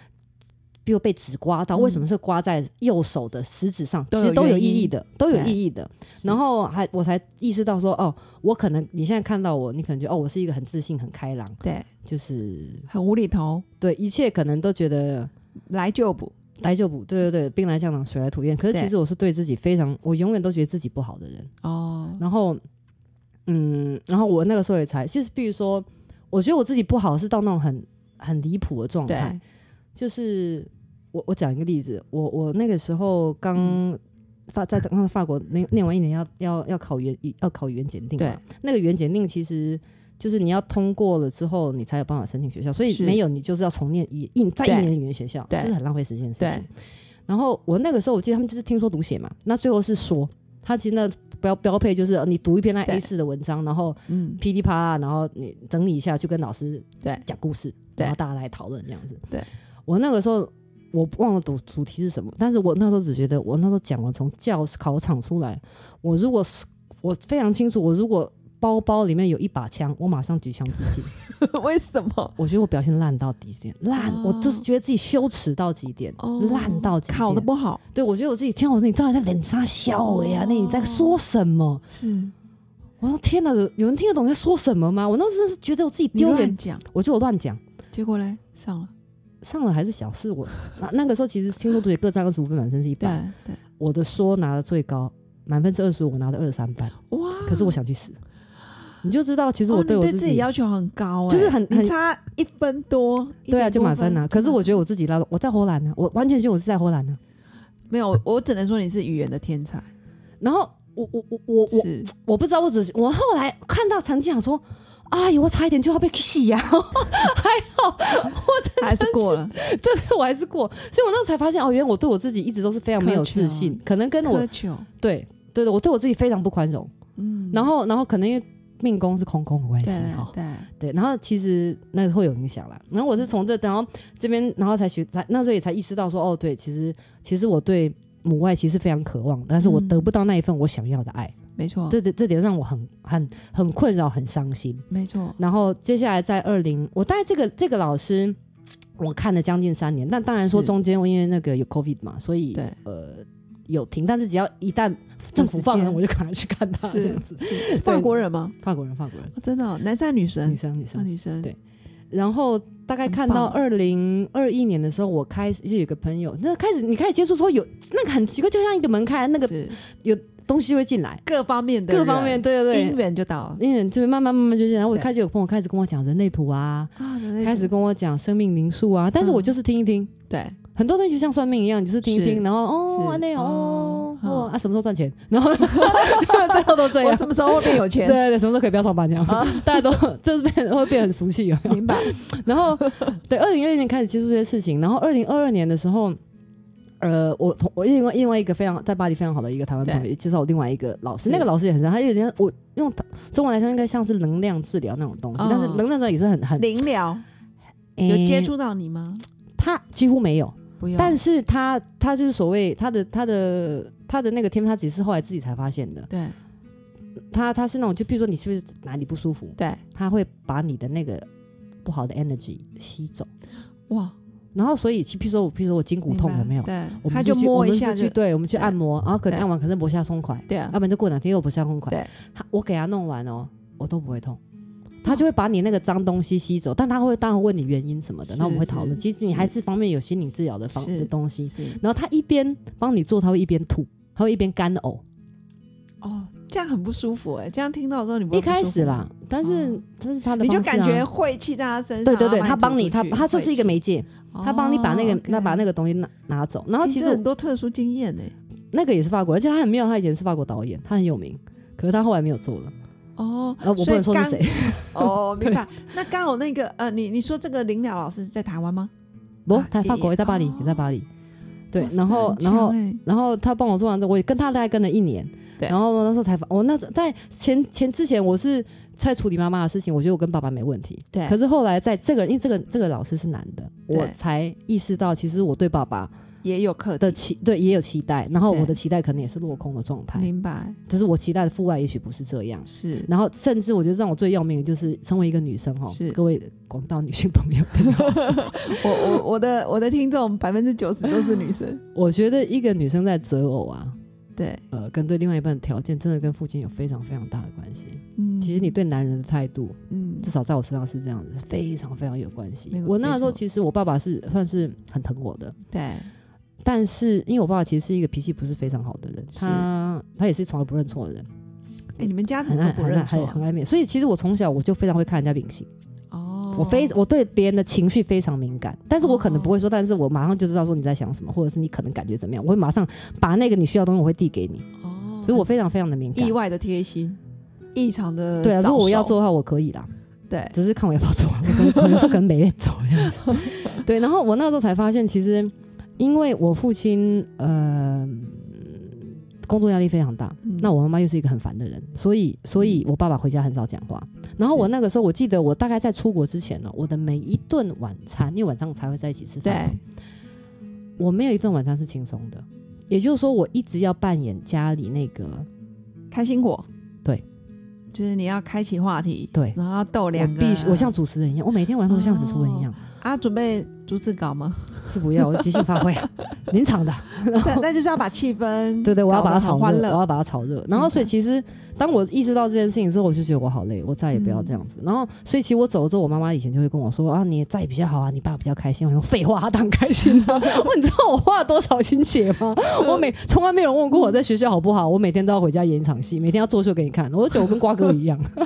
Speaker 2: 比如被纸刮到，
Speaker 1: 嗯
Speaker 2: 为什么是刮在右手的食指上，
Speaker 1: 都有
Speaker 2: 其实都有
Speaker 1: 原
Speaker 2: 意
Speaker 1: 因哎
Speaker 2: 义的，都有
Speaker 1: 对
Speaker 2: 意义的。然后还我才意识到说，哦，我可能你现在看到我，你可能觉得哦，我是一个很自信、很开朗，
Speaker 1: 对，
Speaker 2: 就是
Speaker 1: 很无厘头，
Speaker 2: 对一切可能都觉得
Speaker 1: 来就补。
Speaker 2: 来就补，对对对，兵来将挡，水来土掩。可是
Speaker 1: 对
Speaker 2: 其实我是对自己非常，我永远都觉得自己不好的人。
Speaker 1: 哦，
Speaker 2: 然后，嗯，然后我那个时候也才，就是比如说，我觉得我自己不好是到那种很很离谱的状态
Speaker 1: 对，，
Speaker 2: 就是我我讲一个例子，我我那个时候刚法在刚法国念念完一年要要要考原要考语言检定
Speaker 3: 对
Speaker 2: 嘛，那个语言检定其实。就是你要通过了之后，你才有办法申请学校，所以
Speaker 3: 是
Speaker 2: 没有你就是要重念一一再一
Speaker 3: 对
Speaker 2: 年的语言学校，
Speaker 3: 对
Speaker 2: 这是很浪费时间的事
Speaker 3: 对
Speaker 2: 情。然后我那个时候我记得他们就是听说读写嘛，那最后是说，他其实那标标配就是呃你读一篇那
Speaker 3: 对
Speaker 2: A 四的文章，然后
Speaker 3: 嗯，
Speaker 2: 噼里啪啦，然后你整理一下，去跟老师
Speaker 3: 对
Speaker 2: 讲故事，
Speaker 3: 对
Speaker 2: 然后大家来讨论这样子。
Speaker 3: 对，
Speaker 2: 我那个时候我忘了主主题是什么，但是我那时候只觉得我那时候讲完从教考场出来，我如果是我非常清楚，我如果包包里面有一把枪，我马上举枪自尽。
Speaker 1: *laughs*
Speaker 3: 为什么？
Speaker 2: 我觉得我表现烂到极点，烂，
Speaker 1: 哦
Speaker 2: 我就是觉得自己羞耻到极点，
Speaker 1: 哦
Speaker 2: 烂到极点。
Speaker 1: 考的不好
Speaker 2: 对，我觉得我自己天，我说你到底在冷杀笑
Speaker 3: 哦
Speaker 2: 哎呀？那你在说什么？
Speaker 1: 是
Speaker 2: 我说天哪，有有人听得懂在说什么吗？我当时是觉得我自己
Speaker 1: 你
Speaker 2: 丢脸
Speaker 1: 乱，讲，
Speaker 2: 我就我乱讲。
Speaker 1: 结果嘞上了，
Speaker 2: 上了还是小事，我 *laughs* 那那个时候其实听说读写各占二十五分，满分是一
Speaker 1: 对
Speaker 2: 百。
Speaker 1: 对，
Speaker 2: 我的说拿的最高，满分是二十五，我拿了二十三分。
Speaker 1: 哇！
Speaker 2: 可是我想去死，你就知道其实我
Speaker 1: 哦哦你
Speaker 2: 对我
Speaker 1: 对
Speaker 2: 自
Speaker 1: 自
Speaker 2: 己
Speaker 1: 己要求很高，哎
Speaker 2: 就是很
Speaker 1: 你
Speaker 2: 很
Speaker 1: 差一分多，一
Speaker 2: 对啊，
Speaker 1: 点嗯
Speaker 2: 就
Speaker 1: 多
Speaker 2: 满分啊。可是我觉得我自己拉，我在荷兰呢，啊我完全觉得我是在荷兰呢。啊
Speaker 1: 没有，我只能说你是语言的天才，
Speaker 2: 然后我我我我我
Speaker 1: 是
Speaker 2: 我不知道，我只是我后来看到成绩，想说，哎呦，我差一点就要被气啊呀、
Speaker 1: 还是过了，
Speaker 2: *laughs* 对，我还是过。所以我那时候才发现，哦，原来我对我自己一直都是非常没有
Speaker 1: 苛求
Speaker 2: 自信，可能跟我
Speaker 1: 苛求，
Speaker 2: 对对对，我对我自己非常不宽容。
Speaker 1: 嗯
Speaker 2: 然后然后可能因为命宫是空空的关系
Speaker 1: 对
Speaker 2: 哈、哦，
Speaker 1: 对，
Speaker 2: 对，然后其实那会有影响啦。然后我是从这，然后这边，然后才学，才那时候也才意识到说，哦，对，其实其实我对母爱其实非常渴望，但是我
Speaker 1: 嗯
Speaker 2: 得不到那一份我想要的爱，
Speaker 1: 没错，
Speaker 2: 这点这点让我很很很困扰，很伤心。
Speaker 1: 没错，
Speaker 2: 然后接下来在二零，我大概这个这个老师，我看了将近三年，但当然说
Speaker 1: 是
Speaker 2: 中间因为那个有 COVID 嘛，所以
Speaker 1: 对
Speaker 2: 呃有停，但是只要一旦政府放
Speaker 1: 时
Speaker 2: 人，
Speaker 1: 间
Speaker 2: 我就赶快去看他
Speaker 1: 是
Speaker 2: 这样子。
Speaker 1: 是法国人吗？
Speaker 2: 法国人，法国人，
Speaker 1: 真的哦，男生还是女
Speaker 2: 女
Speaker 1: 生？
Speaker 2: 生，女
Speaker 1: 啊，
Speaker 2: 生。
Speaker 1: 女生，
Speaker 2: 对然后大概
Speaker 1: 很
Speaker 2: 看到
Speaker 1: 棒
Speaker 2: 二零二一年的时候，我开始就有一个朋友，那开始你开始接触之后，有那个很奇怪，就像一个门开，那个
Speaker 1: 是
Speaker 2: 东西会进来，
Speaker 1: 各方面的
Speaker 2: 各方面，
Speaker 1: 人
Speaker 2: 对对
Speaker 1: 姻
Speaker 2: 对。
Speaker 1: 缘就到了
Speaker 2: 因为就是慢慢慢慢就进来，我
Speaker 1: 对
Speaker 2: 开始有朋友开始跟我讲人类图啊，
Speaker 1: 啊，人类
Speaker 2: 开始
Speaker 1: 图
Speaker 2: 跟我讲生命灵数啊，但是我
Speaker 1: 嗯
Speaker 2: 就是听一听，
Speaker 1: 对
Speaker 2: 很多东西就像算命一样，你就是听一
Speaker 1: 是
Speaker 2: 听，然后
Speaker 1: 是
Speaker 2: 哦，那样
Speaker 1: 哦
Speaker 2: 哦，哦
Speaker 1: 嗯
Speaker 2: 啊，什么时候赚钱？然后 *laughs* 最后都这
Speaker 1: 我
Speaker 2: 样
Speaker 1: 什。么时候会变有
Speaker 2: 对
Speaker 1: 钱？
Speaker 2: *laughs* 对，啊什么时候可以不要上班这样？大家都就是变会变很俗气啊。 *laughs*
Speaker 1: 明白，
Speaker 2: 然后对，二零二一年开始接触这些事情，然后二零二二年的时候，呃，我同我另外另外一个非常在巴黎非常好的一个台湾朋友
Speaker 1: 对
Speaker 2: 也介绍我另外一个老师，
Speaker 1: 是
Speaker 2: 那个老师也很像，他有点像我用中文来说应该像是能量治疗那种东西，
Speaker 1: 哦
Speaker 2: 但是能量治疗也是很很
Speaker 1: 灵疗有接
Speaker 2: 诶
Speaker 1: 触到你吗？
Speaker 2: 他几乎没有。
Speaker 1: 不用，
Speaker 2: 但是他他就是所谓他的他的他的那个天赋，他只是后来自己才发现的。
Speaker 1: 对
Speaker 2: 他他是那种，就比如说你是不是哪里不舒服，
Speaker 1: 对，
Speaker 2: 他会把你的那个不好的 energy 吸走。
Speaker 1: 哇，
Speaker 2: 然后所以，其譬如说我，譬如说我筋骨痛
Speaker 1: 明白
Speaker 2: 有没有？我
Speaker 1: 对，
Speaker 2: 们
Speaker 1: 他就
Speaker 2: 去
Speaker 1: 摸一
Speaker 2: 我
Speaker 1: 下
Speaker 2: 们
Speaker 1: 就
Speaker 2: 去对，我们去
Speaker 1: 对
Speaker 2: 按摩，然后可能
Speaker 1: 对
Speaker 2: 按完可是不下松快，
Speaker 1: 对啊
Speaker 2: 要，不然就过两天又不下松快。
Speaker 1: 对哦
Speaker 2: 他，我给他弄完哦，我都不会痛。他就会把你那个脏东西吸走，但他会当然会问你原因什么的，
Speaker 1: 是
Speaker 2: 那我们会讨论。
Speaker 1: 是
Speaker 2: 其实你
Speaker 1: 是
Speaker 2: 还是方面有心理治疗的方
Speaker 1: 是
Speaker 2: 的东西，
Speaker 1: 是
Speaker 2: 然后他一边帮你做，他会一边吐，他会一边干呕。
Speaker 1: 哦，这样很不舒服哎，这样听到的时候你不会
Speaker 2: 一
Speaker 1: 不
Speaker 2: 开
Speaker 1: 舒
Speaker 2: 始
Speaker 1: 服
Speaker 2: 啦
Speaker 1: 吗，，哦
Speaker 2: 但是但是他的
Speaker 1: 你就
Speaker 2: 方式啊
Speaker 1: 感觉晦气在他身上，
Speaker 2: 对对对，
Speaker 1: 然后
Speaker 2: 他帮
Speaker 1: 你
Speaker 2: 你，
Speaker 1: 吐
Speaker 2: 他
Speaker 1: 出去
Speaker 2: 他这是一个，媒介，
Speaker 1: 晦气哦
Speaker 2: 他帮你把那个那把
Speaker 1: 个，
Speaker 2: 那个东西拿拿走。然
Speaker 1: 然后
Speaker 2: 后
Speaker 1: 其
Speaker 2: 其
Speaker 1: 实
Speaker 2: 实
Speaker 1: 很多特殊经验欸呢，
Speaker 2: 那个也是法国，而且他很妙，他以前是法国导演，他很有名，可是他后来没有做了。
Speaker 1: 哦，
Speaker 2: 呃，我
Speaker 1: 所
Speaker 2: 不
Speaker 1: 以
Speaker 2: 能说
Speaker 1: 刚
Speaker 2: 是谁， *laughs*
Speaker 1: 哦，明白。那刚好那个呃，你你说这个林了老师是在台湾吗？
Speaker 2: 不
Speaker 1: 啊，
Speaker 2: 他法国
Speaker 1: 也
Speaker 2: 也在巴黎
Speaker 1: 哦，
Speaker 2: 也在巴黎。对
Speaker 1: 哇，塞
Speaker 2: 然后
Speaker 1: 很
Speaker 2: 然后
Speaker 1: 强欸
Speaker 2: 然后他帮我做完之后，我也跟他大概跟了一年。
Speaker 1: 对
Speaker 2: 然后那时候才发，我那在前前之前我是在处理妈妈的事情，我觉得我跟爸爸没问题。
Speaker 1: 对
Speaker 2: 可是后来在这个，因为这个这个老师是男的，
Speaker 1: 对
Speaker 2: 我才意识到，其实我对爸爸
Speaker 1: 也有课
Speaker 2: 的
Speaker 1: 题，
Speaker 2: 期对也有期待，然后
Speaker 1: 对
Speaker 2: 我的期待可能也是落空的状态，
Speaker 1: 明白
Speaker 2: 只是我期待的父爱也许不是这样。
Speaker 1: 是
Speaker 2: 然后，甚至我觉得让我最要命的就是成为一个女生哈
Speaker 1: 是，
Speaker 2: 各位广大女性朋友，
Speaker 1: *laughs*
Speaker 2: 听好
Speaker 1: 我我我的我的听众百分之九十都是女生，
Speaker 2: 我觉得一个女生在择偶啊，
Speaker 1: 对，
Speaker 2: 呃，跟对另外一半的条件，真的跟父亲有非常非常大的关系。
Speaker 1: 嗯，
Speaker 2: 其实你对男人的态度，
Speaker 1: 嗯
Speaker 2: 至少在我身上是这样子，非常非常有关系
Speaker 1: 没。
Speaker 2: 我那
Speaker 1: 没
Speaker 2: 个时候
Speaker 1: 错
Speaker 2: 其实我爸爸是算是很疼我的，
Speaker 1: 对
Speaker 2: 但是因为我爸爸其实是一个脾气不是非常好的人，
Speaker 1: 是
Speaker 2: 他他也是从来不认错
Speaker 1: *laughs*
Speaker 2: 的人，
Speaker 1: 哎、你们家怎
Speaker 2: 很
Speaker 1: 么
Speaker 2: 爱
Speaker 1: 都不
Speaker 2: 很爱
Speaker 1: 认
Speaker 2: 很
Speaker 1: 错啊
Speaker 2: 爱很爱面，所以其实我从小我就非常会看人家秉性，
Speaker 1: 哦？
Speaker 2: 我非我对别人的情绪非常敏感，但是我可能
Speaker 1: 哦
Speaker 2: 不会说，但是我马上就知道说你在想什么，或者是你可能感觉怎么样，我会马上把那个你需要的东西我会递给你，
Speaker 1: 哦，
Speaker 2: 所以我非常非常的敏感
Speaker 1: 意。外的贴心，异常的
Speaker 2: 对啊，如果我要
Speaker 1: 早熟
Speaker 2: 做的话，我可以啦，
Speaker 1: 对，
Speaker 2: 只是看我要不要做，我可能说可能没人做这样子。对，然后我那时候才发现，其实因为我父亲呃工作压力非常大，
Speaker 1: 嗯
Speaker 2: 那我妈妈又是一个很烦的人，所以所以我爸爸回家很少讲话。然后
Speaker 1: 是
Speaker 2: 我那个时候，我记得我大概在出国之前呢、我的每一顿晚餐，因为晚上才会在一起吃
Speaker 1: 对
Speaker 2: 饭嘛，我没有一顿晚餐是轻松的。也就是说，我一直要扮演家里那个
Speaker 1: 开心果，
Speaker 2: 对，
Speaker 1: 就是你要开启话题，
Speaker 2: 对
Speaker 1: 然后要逗两
Speaker 2: 我
Speaker 1: 个
Speaker 2: 必
Speaker 1: 人，
Speaker 2: 须，我像主持人一样，我每天晚上都像主持人一样，
Speaker 1: 啊，准备逐字稿
Speaker 2: *laughs*
Speaker 1: 吗？
Speaker 2: 是不要我即兴发挥、
Speaker 1: *laughs*
Speaker 2: 啊，临场的。
Speaker 1: 对，那就是要把气氛
Speaker 2: *laughs* 对对，我要
Speaker 1: 搞
Speaker 2: 把
Speaker 1: 得
Speaker 2: 它哦炒
Speaker 1: 很欢
Speaker 2: 热，
Speaker 1: 乐嗯
Speaker 2: 我要把它炒热。然后，所以其实当我意识到这件事情之后，我就觉得我好累，我再也不
Speaker 1: 嗯
Speaker 2: 要这样子。然后，所以其实我走了之后，我妈妈以前就会跟我说啊，你也在比较好啊，你爸比较开心。我说废话，他当然开心啊。 *laughs* 我你知道我花了多少心血吗？我每从来没有人问过我在学校好不好，我每天都要回家演一场戏，每天要作秀给你看。我就觉得我跟瓜哥一样， *laughs* 我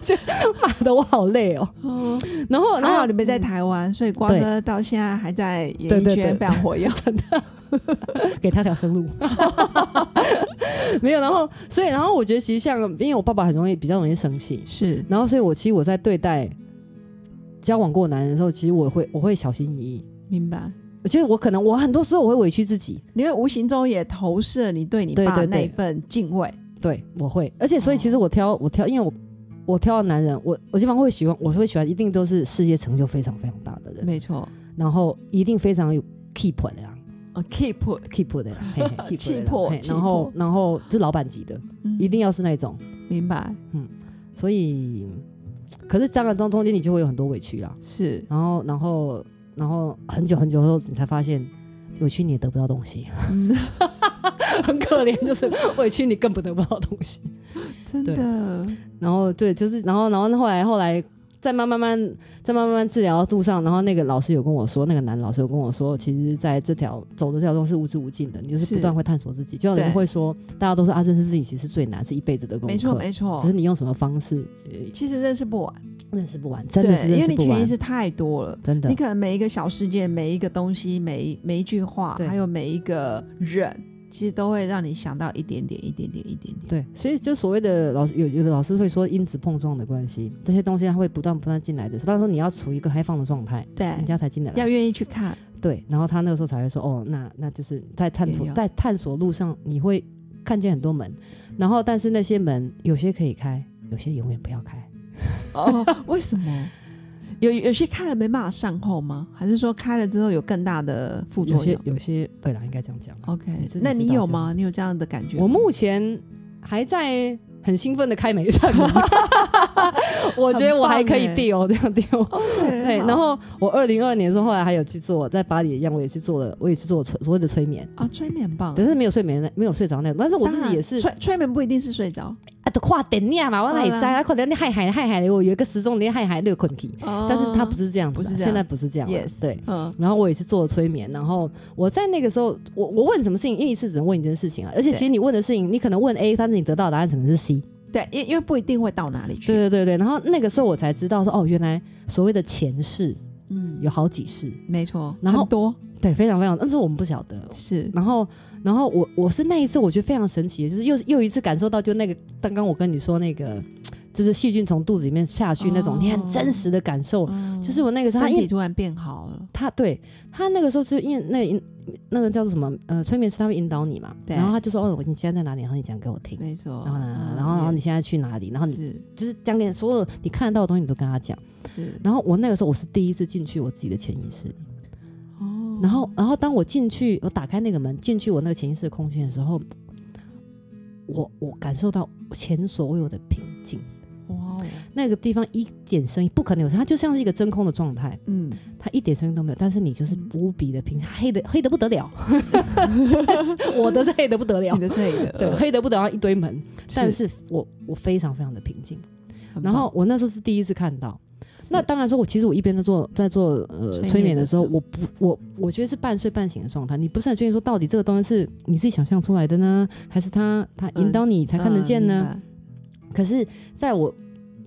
Speaker 2: 觉得妈的我好累哦。
Speaker 1: 哦，
Speaker 2: 然后，然
Speaker 1: 还好
Speaker 2: 后
Speaker 1: 你们嗯在台湾，所以瓜
Speaker 2: 对
Speaker 1: 哥到现在还在演
Speaker 2: 对
Speaker 1: 艺
Speaker 2: 对
Speaker 1: 圈
Speaker 2: 对
Speaker 1: 非常活
Speaker 2: *laughs*
Speaker 1: 跃，
Speaker 2: 给他条生路。 *laughs* 没有，然后所以然后我觉得其实像，因为我爸爸很容易比较容易生气，
Speaker 1: 是
Speaker 2: 然后所以我其实我在对待交往过的男人的时候，其实我会我会小心翼翼。
Speaker 1: 明白。
Speaker 2: 我觉得我可能我很多时候我会委屈自己，
Speaker 1: 你会无形中也投射你对你
Speaker 2: 对
Speaker 1: 爸
Speaker 2: 对
Speaker 1: 那
Speaker 2: 对
Speaker 1: 份敬畏，
Speaker 2: 对我会，而且所
Speaker 1: 哦
Speaker 2: 以其实我挑我挑，因为我我挑的男人，我我基本上会喜欢，我会喜欢一定都是事业成就非常非常大的人，
Speaker 1: 没错。
Speaker 2: 然后一定非常有 keep 的啦
Speaker 1: 呃，keep，
Speaker 2: ，keep 的啦，啊
Speaker 1: *laughs*
Speaker 2: 嘿嘿 keep
Speaker 1: 气
Speaker 2: 的啦
Speaker 1: 魄
Speaker 2: 嘿
Speaker 1: 气
Speaker 2: 然后
Speaker 1: 魄
Speaker 2: 然后是老板级的，
Speaker 1: 嗯
Speaker 2: 一定要是那种，
Speaker 1: 明白，
Speaker 2: 所以可是当然中中间你就会有很多委屈啦，
Speaker 1: *laughs* 是
Speaker 2: 然后，然后，然后很久很久后，你才发现委屈你也得不到东西，
Speaker 1: 嗯
Speaker 2: 很可怜，就是委屈你更不得不到东西。
Speaker 1: 真
Speaker 2: 对
Speaker 1: 的，
Speaker 2: 然后对，就是然后然后后来后来再慢慢慢再慢慢慢治疗的路上，然后那个老师有跟我说，那个男老师有跟我说，其实在这条走的这条路是无止无尽的，你就是
Speaker 1: 是
Speaker 2: 不断会探索自己。就像
Speaker 1: 对
Speaker 2: 人会说，大家都说啊，认识自己其实最难，是一辈子的功课。
Speaker 1: 没错没错
Speaker 2: 只是。你用什么方式，呃
Speaker 1: 其实认识不完，
Speaker 2: 认识不完，真
Speaker 1: 对，
Speaker 2: 的是
Speaker 1: 因为
Speaker 2: 认识
Speaker 1: 你
Speaker 2: 不
Speaker 1: 潜
Speaker 2: 完
Speaker 1: 意，识太多了。
Speaker 2: 真的
Speaker 1: 你。可能每一个小事件、每一个东西、每一每一句话，
Speaker 2: 对
Speaker 1: 还有每一个人，其实都会让你想到一点点、一点点、一点点。
Speaker 2: 对，所以就所谓的老师有有的老师会说因子碰撞的关系，这些东西它会不断不断进来的。当说你要处于一个开放的状态，人
Speaker 1: 对，
Speaker 2: 家才进得来。
Speaker 1: 要愿意去看，
Speaker 2: 对，然后他那个时候才会说，哦，那那就是在探索
Speaker 1: 也有
Speaker 2: 在探索路上，你会看见很多门，然后但是那些门有些可以开，有些永远不要开。
Speaker 1: 哦， *laughs* 为什么？有有些开了没办法善后吗？还是说开了之后有更大的副
Speaker 2: 有
Speaker 1: 作
Speaker 2: 些
Speaker 1: 用
Speaker 2: 有些对啦，应该这样讲。
Speaker 1: ？OK，
Speaker 2: 你真的
Speaker 1: 那
Speaker 2: 知
Speaker 1: 你
Speaker 2: 道
Speaker 1: 有
Speaker 2: 这样
Speaker 1: 吗？你有这样的感觉吗？
Speaker 2: 我目前还在很兴奋的开每一
Speaker 1: *laughs*
Speaker 2: 扇门，我觉得我还可以
Speaker 1: 很棒欸
Speaker 2: deal 这样 deal。
Speaker 1: OK，
Speaker 2: 对，
Speaker 1: 好
Speaker 2: 然后我二零二年的时候，后来还有去做，在巴黎一样，我也去做了，我也去做催所谓的催眠，
Speaker 1: 啊，催眠棒，
Speaker 2: 但是没有睡眠，没有睡着那种。但是我自
Speaker 1: 当
Speaker 2: 己
Speaker 1: 然
Speaker 2: 也是
Speaker 1: 催催眠不一定是睡着，
Speaker 2: 啊，都跨点呀嘛，我哪里知
Speaker 1: 好
Speaker 2: 道？跨点你害海害海，我有一个时钟你害海那个困体，但是它不是这样子
Speaker 1: 哦不
Speaker 2: 啦，
Speaker 1: 是这样
Speaker 2: 现在不是这样了
Speaker 1: Yes
Speaker 2: 对。
Speaker 1: 嗯，
Speaker 2: 然后我也是做了催眠，然后我在那个时候，我我问什么事情，因为一次只能问一件事情啊，而且
Speaker 1: 对
Speaker 2: 其实你问的事情，你可能问 A，但是你得到的答案可能是 C，
Speaker 1: 对，因因为不一定会到哪里去，
Speaker 2: 对对对对。然后那个时候我才知道说，哦，原来所谓的前世
Speaker 1: 嗯，
Speaker 2: 有好几世，
Speaker 1: 没错，
Speaker 2: 然后
Speaker 1: 很多
Speaker 2: 对，非常非常，但是我们不晓得，
Speaker 1: 是
Speaker 2: 然后，然后我我是那一次我觉得非常神奇，就是又又一次感受到，就那个刚刚我跟你说那个，就是细菌从肚子里面下去那种，
Speaker 1: 哦
Speaker 2: 你很真实的感受。哦就是我那个时候，
Speaker 1: 身
Speaker 2: 他因
Speaker 1: 体
Speaker 2: 为
Speaker 1: 突然变好了，
Speaker 2: 他对他那个时候是因为那个那个叫做什么呃催眠师他会引导你嘛，
Speaker 1: 对
Speaker 2: 然后他就说哦你现在在哪里，然后你讲给我听，
Speaker 1: 没错，
Speaker 2: 然后呢
Speaker 1: 嗯
Speaker 2: 啊然后然后你现在去哪里，然后你
Speaker 1: 是
Speaker 2: 就是讲给你所有你看得到的东西你都跟他讲。
Speaker 1: 是
Speaker 2: 然后我那个时候我是第一次进去我自己的潜意识里，
Speaker 1: 哦
Speaker 2: 然后，然后当我进去，我打开那个门，进去我那个潜意识的空间的时候，我我感受到前所未有的平静。
Speaker 1: 哇哦，
Speaker 2: 那个地方一点声音不可能有声音，它就像是一个真空的状态，
Speaker 1: 嗯，
Speaker 2: 它一点声音都没有。但是你就是
Speaker 1: 嗯
Speaker 2: 无比的平静，黑的黑的不得了。 *laughs* 我的是黑的不得了
Speaker 1: 你，的摄影的，
Speaker 2: *laughs* 对，黑的不得了一堆门，但是我我非常非常的平静。
Speaker 1: 很棒
Speaker 2: 呃然后我那时候是第一次看到。
Speaker 1: 是
Speaker 2: 那当然说，我其实我一边在做在做呃
Speaker 1: 催眠
Speaker 2: 催眠的时候，
Speaker 1: 的时候
Speaker 2: 我不我我觉得是半睡半醒的状态。你不是很确定说到底这个东西是你自己想象出来的呢，还是他他
Speaker 1: 嗯
Speaker 2: 引导你才看得见呢？
Speaker 1: 嗯，
Speaker 2: 可是在我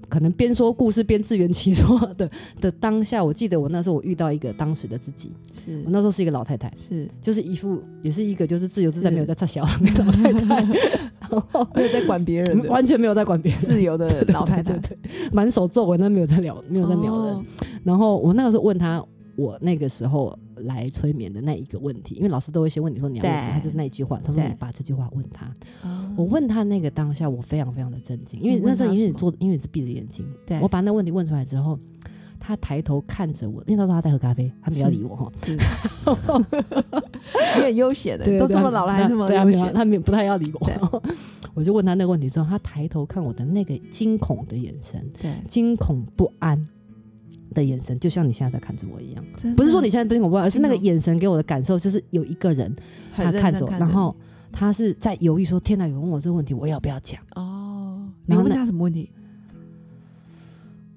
Speaker 2: 可能边说故事边自圆其说的 *laughs* 的当下，我记得我那时候我遇到一个当时的自己，
Speaker 1: 是
Speaker 2: 我那时候是一个老太太，
Speaker 1: 是
Speaker 2: 就是一副也是一个就是自由自在
Speaker 1: 是
Speaker 2: 没有在插小的老太太，然后
Speaker 1: 没有在管别
Speaker 2: *laughs*
Speaker 1: 人的
Speaker 2: 完全没有在管别人，
Speaker 1: 自由的老太太
Speaker 2: *laughs* 对，对对，满手皱纹，但没有在聊，没有在聊人。
Speaker 1: 哦
Speaker 2: 然后我那个时候问他，我那个时候来催眠的那一个问题，因为老师都会先问你说你要问什么，
Speaker 1: 对
Speaker 2: 他就是那一句话，他说
Speaker 1: 对
Speaker 2: 你把这句话问他。
Speaker 1: 哦
Speaker 2: 我问他那个当下，我非常非常的震惊，因为
Speaker 1: 你嗯问
Speaker 2: 那时候
Speaker 1: 他
Speaker 2: 因为
Speaker 1: 什
Speaker 2: 你
Speaker 1: 么
Speaker 2: 做，因为你是闭着眼睛，
Speaker 1: 对
Speaker 2: 我把那问题问出来之后。他抬头看着我，因为他说他在喝咖啡，他没有
Speaker 1: 是
Speaker 2: 理我哈。
Speaker 1: 是你很悠闲的，
Speaker 2: 对，
Speaker 1: 都这么
Speaker 2: 他
Speaker 1: 老了还
Speaker 2: 他
Speaker 1: 这么
Speaker 2: 对啊
Speaker 1: 悠
Speaker 2: 没有啊
Speaker 1: 闲，
Speaker 2: 他没有不太要理
Speaker 1: 对
Speaker 2: 我。 *laughs* 我就问他那个问题之后，他抬头看我的那个惊恐的眼神，
Speaker 1: 对，
Speaker 2: 惊恐不安的眼神，就像你现在在看着我一样。
Speaker 1: 真的
Speaker 2: 不是说你现在惊恐不安，而是那个
Speaker 1: 嗯真的
Speaker 2: 眼神给我的感受就是有一个人
Speaker 1: 很
Speaker 2: 他
Speaker 1: 认
Speaker 2: 看
Speaker 1: 真
Speaker 2: 着我，然后他是在犹豫说：“天哪，有人问我这个问题，我要不要讲
Speaker 1: 哦，你
Speaker 2: 然后
Speaker 1: 问
Speaker 2: 那
Speaker 1: 他什么问题？？”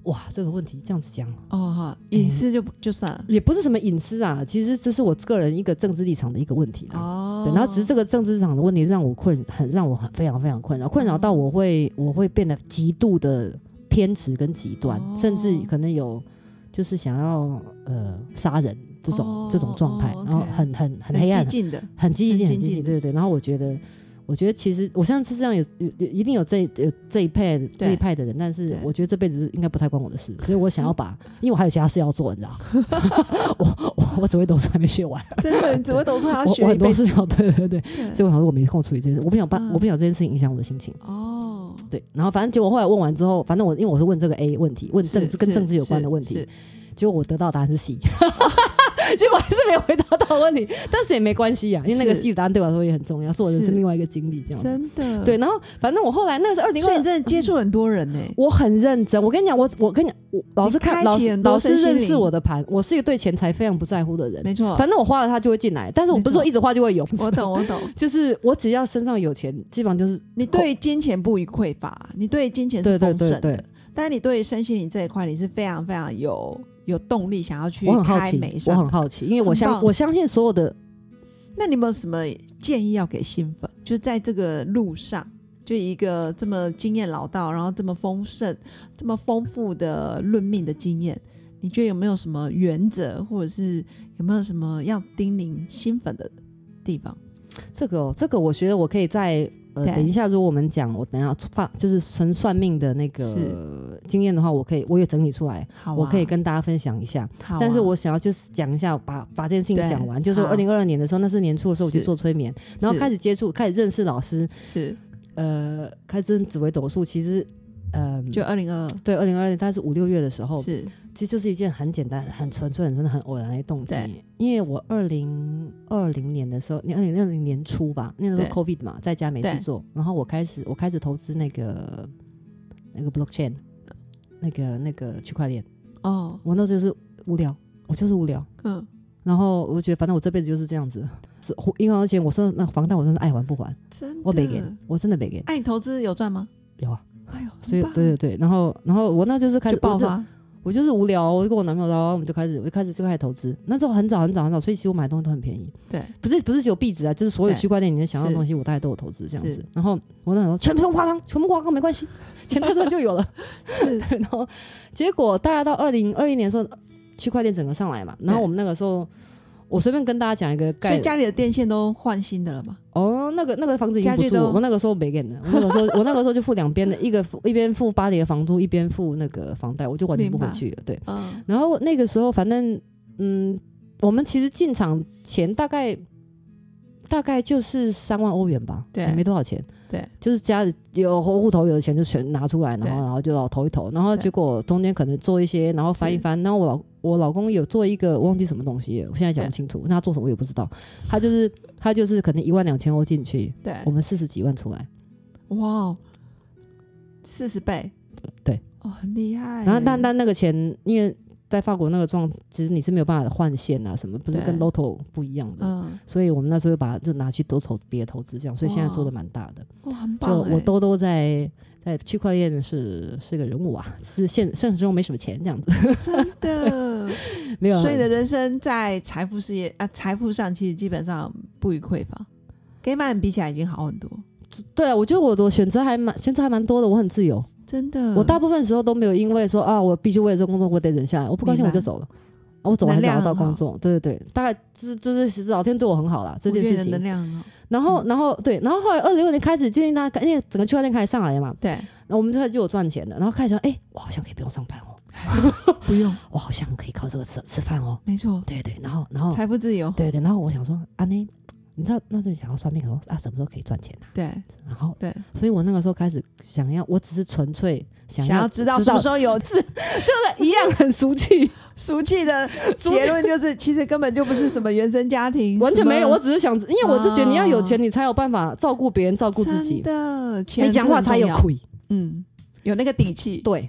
Speaker 2: 哇，这个问题这样子讲
Speaker 1: 哦哈，
Speaker 2: 哎
Speaker 1: 隐私就不就算了
Speaker 2: 也不是什么隐私啊，其实这是我个人一个政治立场的一个问题啦。
Speaker 1: 哦
Speaker 2: 对，然后只是这个政治上的问题让我困，很让我很非常非常困扰，困扰到
Speaker 1: 哦
Speaker 2: 我会我会变得极度的偏执跟极端，
Speaker 1: 哦
Speaker 2: 甚至可能有就是想要呃杀人这种、
Speaker 1: 哦
Speaker 2: 这种状态，
Speaker 1: 哦
Speaker 2: 然后
Speaker 1: OK
Speaker 2: 很很很黑
Speaker 1: 很
Speaker 2: 暗啊
Speaker 1: 激，进的，
Speaker 2: 很激进，
Speaker 1: 很
Speaker 2: 很
Speaker 1: 激
Speaker 2: 激进，
Speaker 1: 进
Speaker 2: 对对对。然后我觉得，我觉得其实我相信是这样有，有有一定有这有这一派这一派的人，但是
Speaker 1: 对
Speaker 2: 我觉得这辈子应该不太关我的事，所以我想要
Speaker 1: *laughs*
Speaker 2: 把，因为我还有其他事要做，你知道， *laughs* 我我我只会读书还没学完，
Speaker 1: 真的，你怎么懂说他
Speaker 2: *laughs* 我
Speaker 1: 啊学
Speaker 2: 我
Speaker 1: 一
Speaker 2: 很多
Speaker 1: 辈
Speaker 2: 事
Speaker 1: 子？
Speaker 2: 要，对对对。
Speaker 1: 对
Speaker 2: 所以我想说我没空处理这件事，我不想把、
Speaker 1: 嗯
Speaker 2: 我不想这件事情影响我的心情。
Speaker 1: 哦，
Speaker 2: 对，然后反正结果后来问完之后，反正我因为我是问这个 A 问题，问政治
Speaker 1: 是
Speaker 2: 跟
Speaker 1: 是
Speaker 2: 政治有关的
Speaker 1: 是
Speaker 2: 问题
Speaker 1: 是，
Speaker 2: 结果我得到答案是 C，结果还是没有回答到问题，但是也没关系呀、因为那个
Speaker 1: 是
Speaker 2: C 的答案对我来说也很重要，是我人
Speaker 1: 是
Speaker 2: 生另外一个经历这样子。
Speaker 1: 真的
Speaker 2: 对，。然后反正我后来那个是二零
Speaker 1: 所以
Speaker 2: 二
Speaker 1: 你，真的接触很多人呢、
Speaker 2: 我很认真。我跟你讲，我我跟你讲，我老师看
Speaker 1: 开
Speaker 2: 老
Speaker 1: 启
Speaker 2: 师
Speaker 1: 很多
Speaker 2: 老师
Speaker 1: 身心
Speaker 2: 认识
Speaker 1: 灵
Speaker 2: 我的盘，我是一个对钱财非常不在乎的人。
Speaker 1: 没错，
Speaker 2: 反正我花了它就会进来，但是我
Speaker 1: 没
Speaker 2: 不是说
Speaker 1: 错
Speaker 2: 一直花就会有。
Speaker 1: 我懂，我懂。
Speaker 2: 就是我只要身上有钱，基本上就是
Speaker 1: *laughs* 你对金钱不予匮乏，你对金钱是
Speaker 2: 对
Speaker 1: 丰
Speaker 2: 对
Speaker 1: 盛的，
Speaker 2: 对对
Speaker 1: 但你对身心灵这一块，你是非常非常有有动力想要去
Speaker 2: 我很好
Speaker 1: 开
Speaker 2: 奇
Speaker 1: 美，
Speaker 2: 我
Speaker 1: 商
Speaker 2: 很。好奇，因为我
Speaker 1: 很
Speaker 2: 相
Speaker 1: 棒
Speaker 2: 我相信所有的
Speaker 1: 那你有没有什么建议要给新粉？就在这个路上，就一个这么经验老道，然后这么丰盛、这么丰富的论命的经验，你觉得有没有什么原则，或者是有没有什么要叮咛新粉的地方？
Speaker 2: 这个哦这个，我觉得我可以在呃
Speaker 1: 对
Speaker 2: 等一下，如果我们讲我等一下发就是纯算命的那个经验的话，我可以我也整理出来，
Speaker 1: 好啊、
Speaker 2: 我可以跟大家分享一下。
Speaker 1: 好啊、
Speaker 2: 但是我想要就是讲一下，把把这件事情
Speaker 1: 对
Speaker 2: 讲完，就是
Speaker 1: 好
Speaker 2: 二零二二年的时候，那是年初的时候我去
Speaker 1: 是
Speaker 2: 做催眠，然后
Speaker 1: 是
Speaker 2: 开始接触，开始认识老师，
Speaker 1: 是
Speaker 2: 呃，开始紫微斗数，其实嗯。
Speaker 1: 就二零二
Speaker 2: 对，二零二二年，但是五六月的时候，
Speaker 1: 是
Speaker 2: 其实就是一件很简单、很纯粹、很真的很偶然的动机
Speaker 1: 对。
Speaker 2: 因为我二零二零年的时候，二零二零年初吧，那个时候 COVID 嘛，在家没事
Speaker 1: 对
Speaker 2: 做，然后我开始我开始投资那个那个 blockchain，那个那个区块链。
Speaker 1: 哦，
Speaker 2: 我那时候就是无聊，我就是无聊，
Speaker 1: 嗯，
Speaker 2: 然后我就觉得反正我这辈子就是这样子。是银行的钱，我身那房贷我真的爱还不还，
Speaker 1: 真的。
Speaker 2: 我没给，我真的没给，
Speaker 1: 哎、你投资有赚吗？
Speaker 2: 有啊。
Speaker 1: 哎呦，
Speaker 2: 所以
Speaker 1: 很棒
Speaker 2: 对对对，然后然后我那就是开始
Speaker 1: 就爆
Speaker 2: 我就
Speaker 1: 发，
Speaker 2: 我就是无聊，我就跟我男朋友聊，然后我们就开始，我就开始就开始投资。那时候很早很早很早，所以其实我买东西都很便宜，
Speaker 1: 对，
Speaker 2: 不是不是只有币值啊，就是所有
Speaker 1: 对
Speaker 2: 区块链你能想到的
Speaker 1: 是
Speaker 2: 东西，我大概都有投资这样子
Speaker 1: 是。
Speaker 2: 然后我那时候全部都花光，全部花光没
Speaker 1: *laughs*
Speaker 2: 关系，钱太多就有了。
Speaker 1: 是
Speaker 2: *laughs* 对然后结果大概到二零二一年的时候，区块链整个上来嘛，然后
Speaker 1: 对
Speaker 2: 我们那个时候。我随便跟大家讲一个
Speaker 1: 所
Speaker 2: 概
Speaker 1: 以家里的电线都换新的了嘛？
Speaker 2: 哦，那个那个房子已经
Speaker 1: 家
Speaker 2: 不
Speaker 1: 具
Speaker 2: 住
Speaker 1: 都
Speaker 2: 我，我那个时候没给呢，我那个时候我那个时候就付两边的，一个付一边付巴黎的房租，一边付那个房贷，我就完全不回
Speaker 1: 明白
Speaker 2: 去了。对，
Speaker 1: 嗯，
Speaker 2: 然后那个时候，反正嗯，我们其实进场前大概大概就是三万欧元吧，
Speaker 1: 对
Speaker 2: 也没多少钱，
Speaker 1: 对，
Speaker 2: 就是家里有户头有的钱就全拿出来，然
Speaker 1: 对
Speaker 2: 后然后就要投一投，然后
Speaker 1: 对
Speaker 2: 结果中间可能做一些，然后翻一
Speaker 1: 是
Speaker 2: 翻。然后我老我老公有做一个我忘记什么东西了，我现在讲不
Speaker 1: 对
Speaker 2: 清楚，那他做什么我也不知道，他就是他就是可能一万两千欧进去，
Speaker 1: 对
Speaker 2: 我，们四十几万出来，
Speaker 1: 哇，四十倍，
Speaker 2: 对，
Speaker 1: 哦，很厉害耶。
Speaker 2: 然后但但那个钱因为。在法国那个状，其实你是没有办法换现啊，什么不是
Speaker 1: 对
Speaker 2: 跟 Lotto 不一样的。
Speaker 1: 嗯，
Speaker 2: 所以我们那时候就把这拿去都投别的投资这样，所以现在做的蛮大的。
Speaker 1: 哇，很棒欸哎
Speaker 2: 就
Speaker 1: 耶。
Speaker 2: 我兜兜在在区块链是是个人物啊，只是现现实中没什么钱这样子， *laughs*
Speaker 1: 真的，
Speaker 2: 没有啊。
Speaker 1: 所以你的人生在财富事业啊，财富上其实基本上不予匮乏，跟一般人比起来已经好很多。
Speaker 2: 对啊，我觉得我的选择还蛮选择还蛮多的，我很自由，
Speaker 1: 真的，
Speaker 2: 我大部分时候都没有因为说啊，我必须为了这个工作我得忍下来，我不高兴我
Speaker 1: 明白
Speaker 2: 就走了。啊、我走了还
Speaker 1: 能量
Speaker 2: 找得到
Speaker 1: 很好
Speaker 2: 工作，对对对，大概这这是老天对我很好啦，这件
Speaker 1: 我觉得
Speaker 2: 事
Speaker 1: 能
Speaker 2: 情。
Speaker 1: 量很好，
Speaker 2: 然后
Speaker 1: 嗯
Speaker 2: 然后对，然后后来二零六年开始，最近大家因为整个区块链开始上来了嘛，
Speaker 1: 对，
Speaker 2: 然后我们就开始就有赚钱的，然后开始想，哎、我好像可以不用上班哦，
Speaker 1: 不用，
Speaker 2: 我好像可以靠这个吃吃饭哦，
Speaker 1: 没错，
Speaker 2: 对对，然后然后
Speaker 1: 财富自由，
Speaker 2: 对对，然后我想说，啊那你知道那就想要算命，我说啊什么时候可以赚钱啊？
Speaker 1: 对
Speaker 2: 然后
Speaker 1: 对，
Speaker 2: 所以我那个时候开始想要，我只是纯粹想
Speaker 1: 想
Speaker 2: 要
Speaker 1: 要知道什么时候
Speaker 2: *laughs*
Speaker 1: 有自
Speaker 2: 就是一样很俗气，
Speaker 1: 俗气的结论就是，其实根本就不是什么原生家庭，
Speaker 2: 完全没有。
Speaker 1: 什么
Speaker 2: 我只是想，因为我就觉得你要有钱，
Speaker 1: 啊
Speaker 2: 你才有办法照顾别人，照顾自己
Speaker 1: 真，的，钱
Speaker 2: 你讲话
Speaker 1: 真的
Speaker 2: 才
Speaker 1: 很
Speaker 2: 有
Speaker 1: 重要，
Speaker 2: 亏，
Speaker 1: 嗯，有那个底气，
Speaker 2: 对，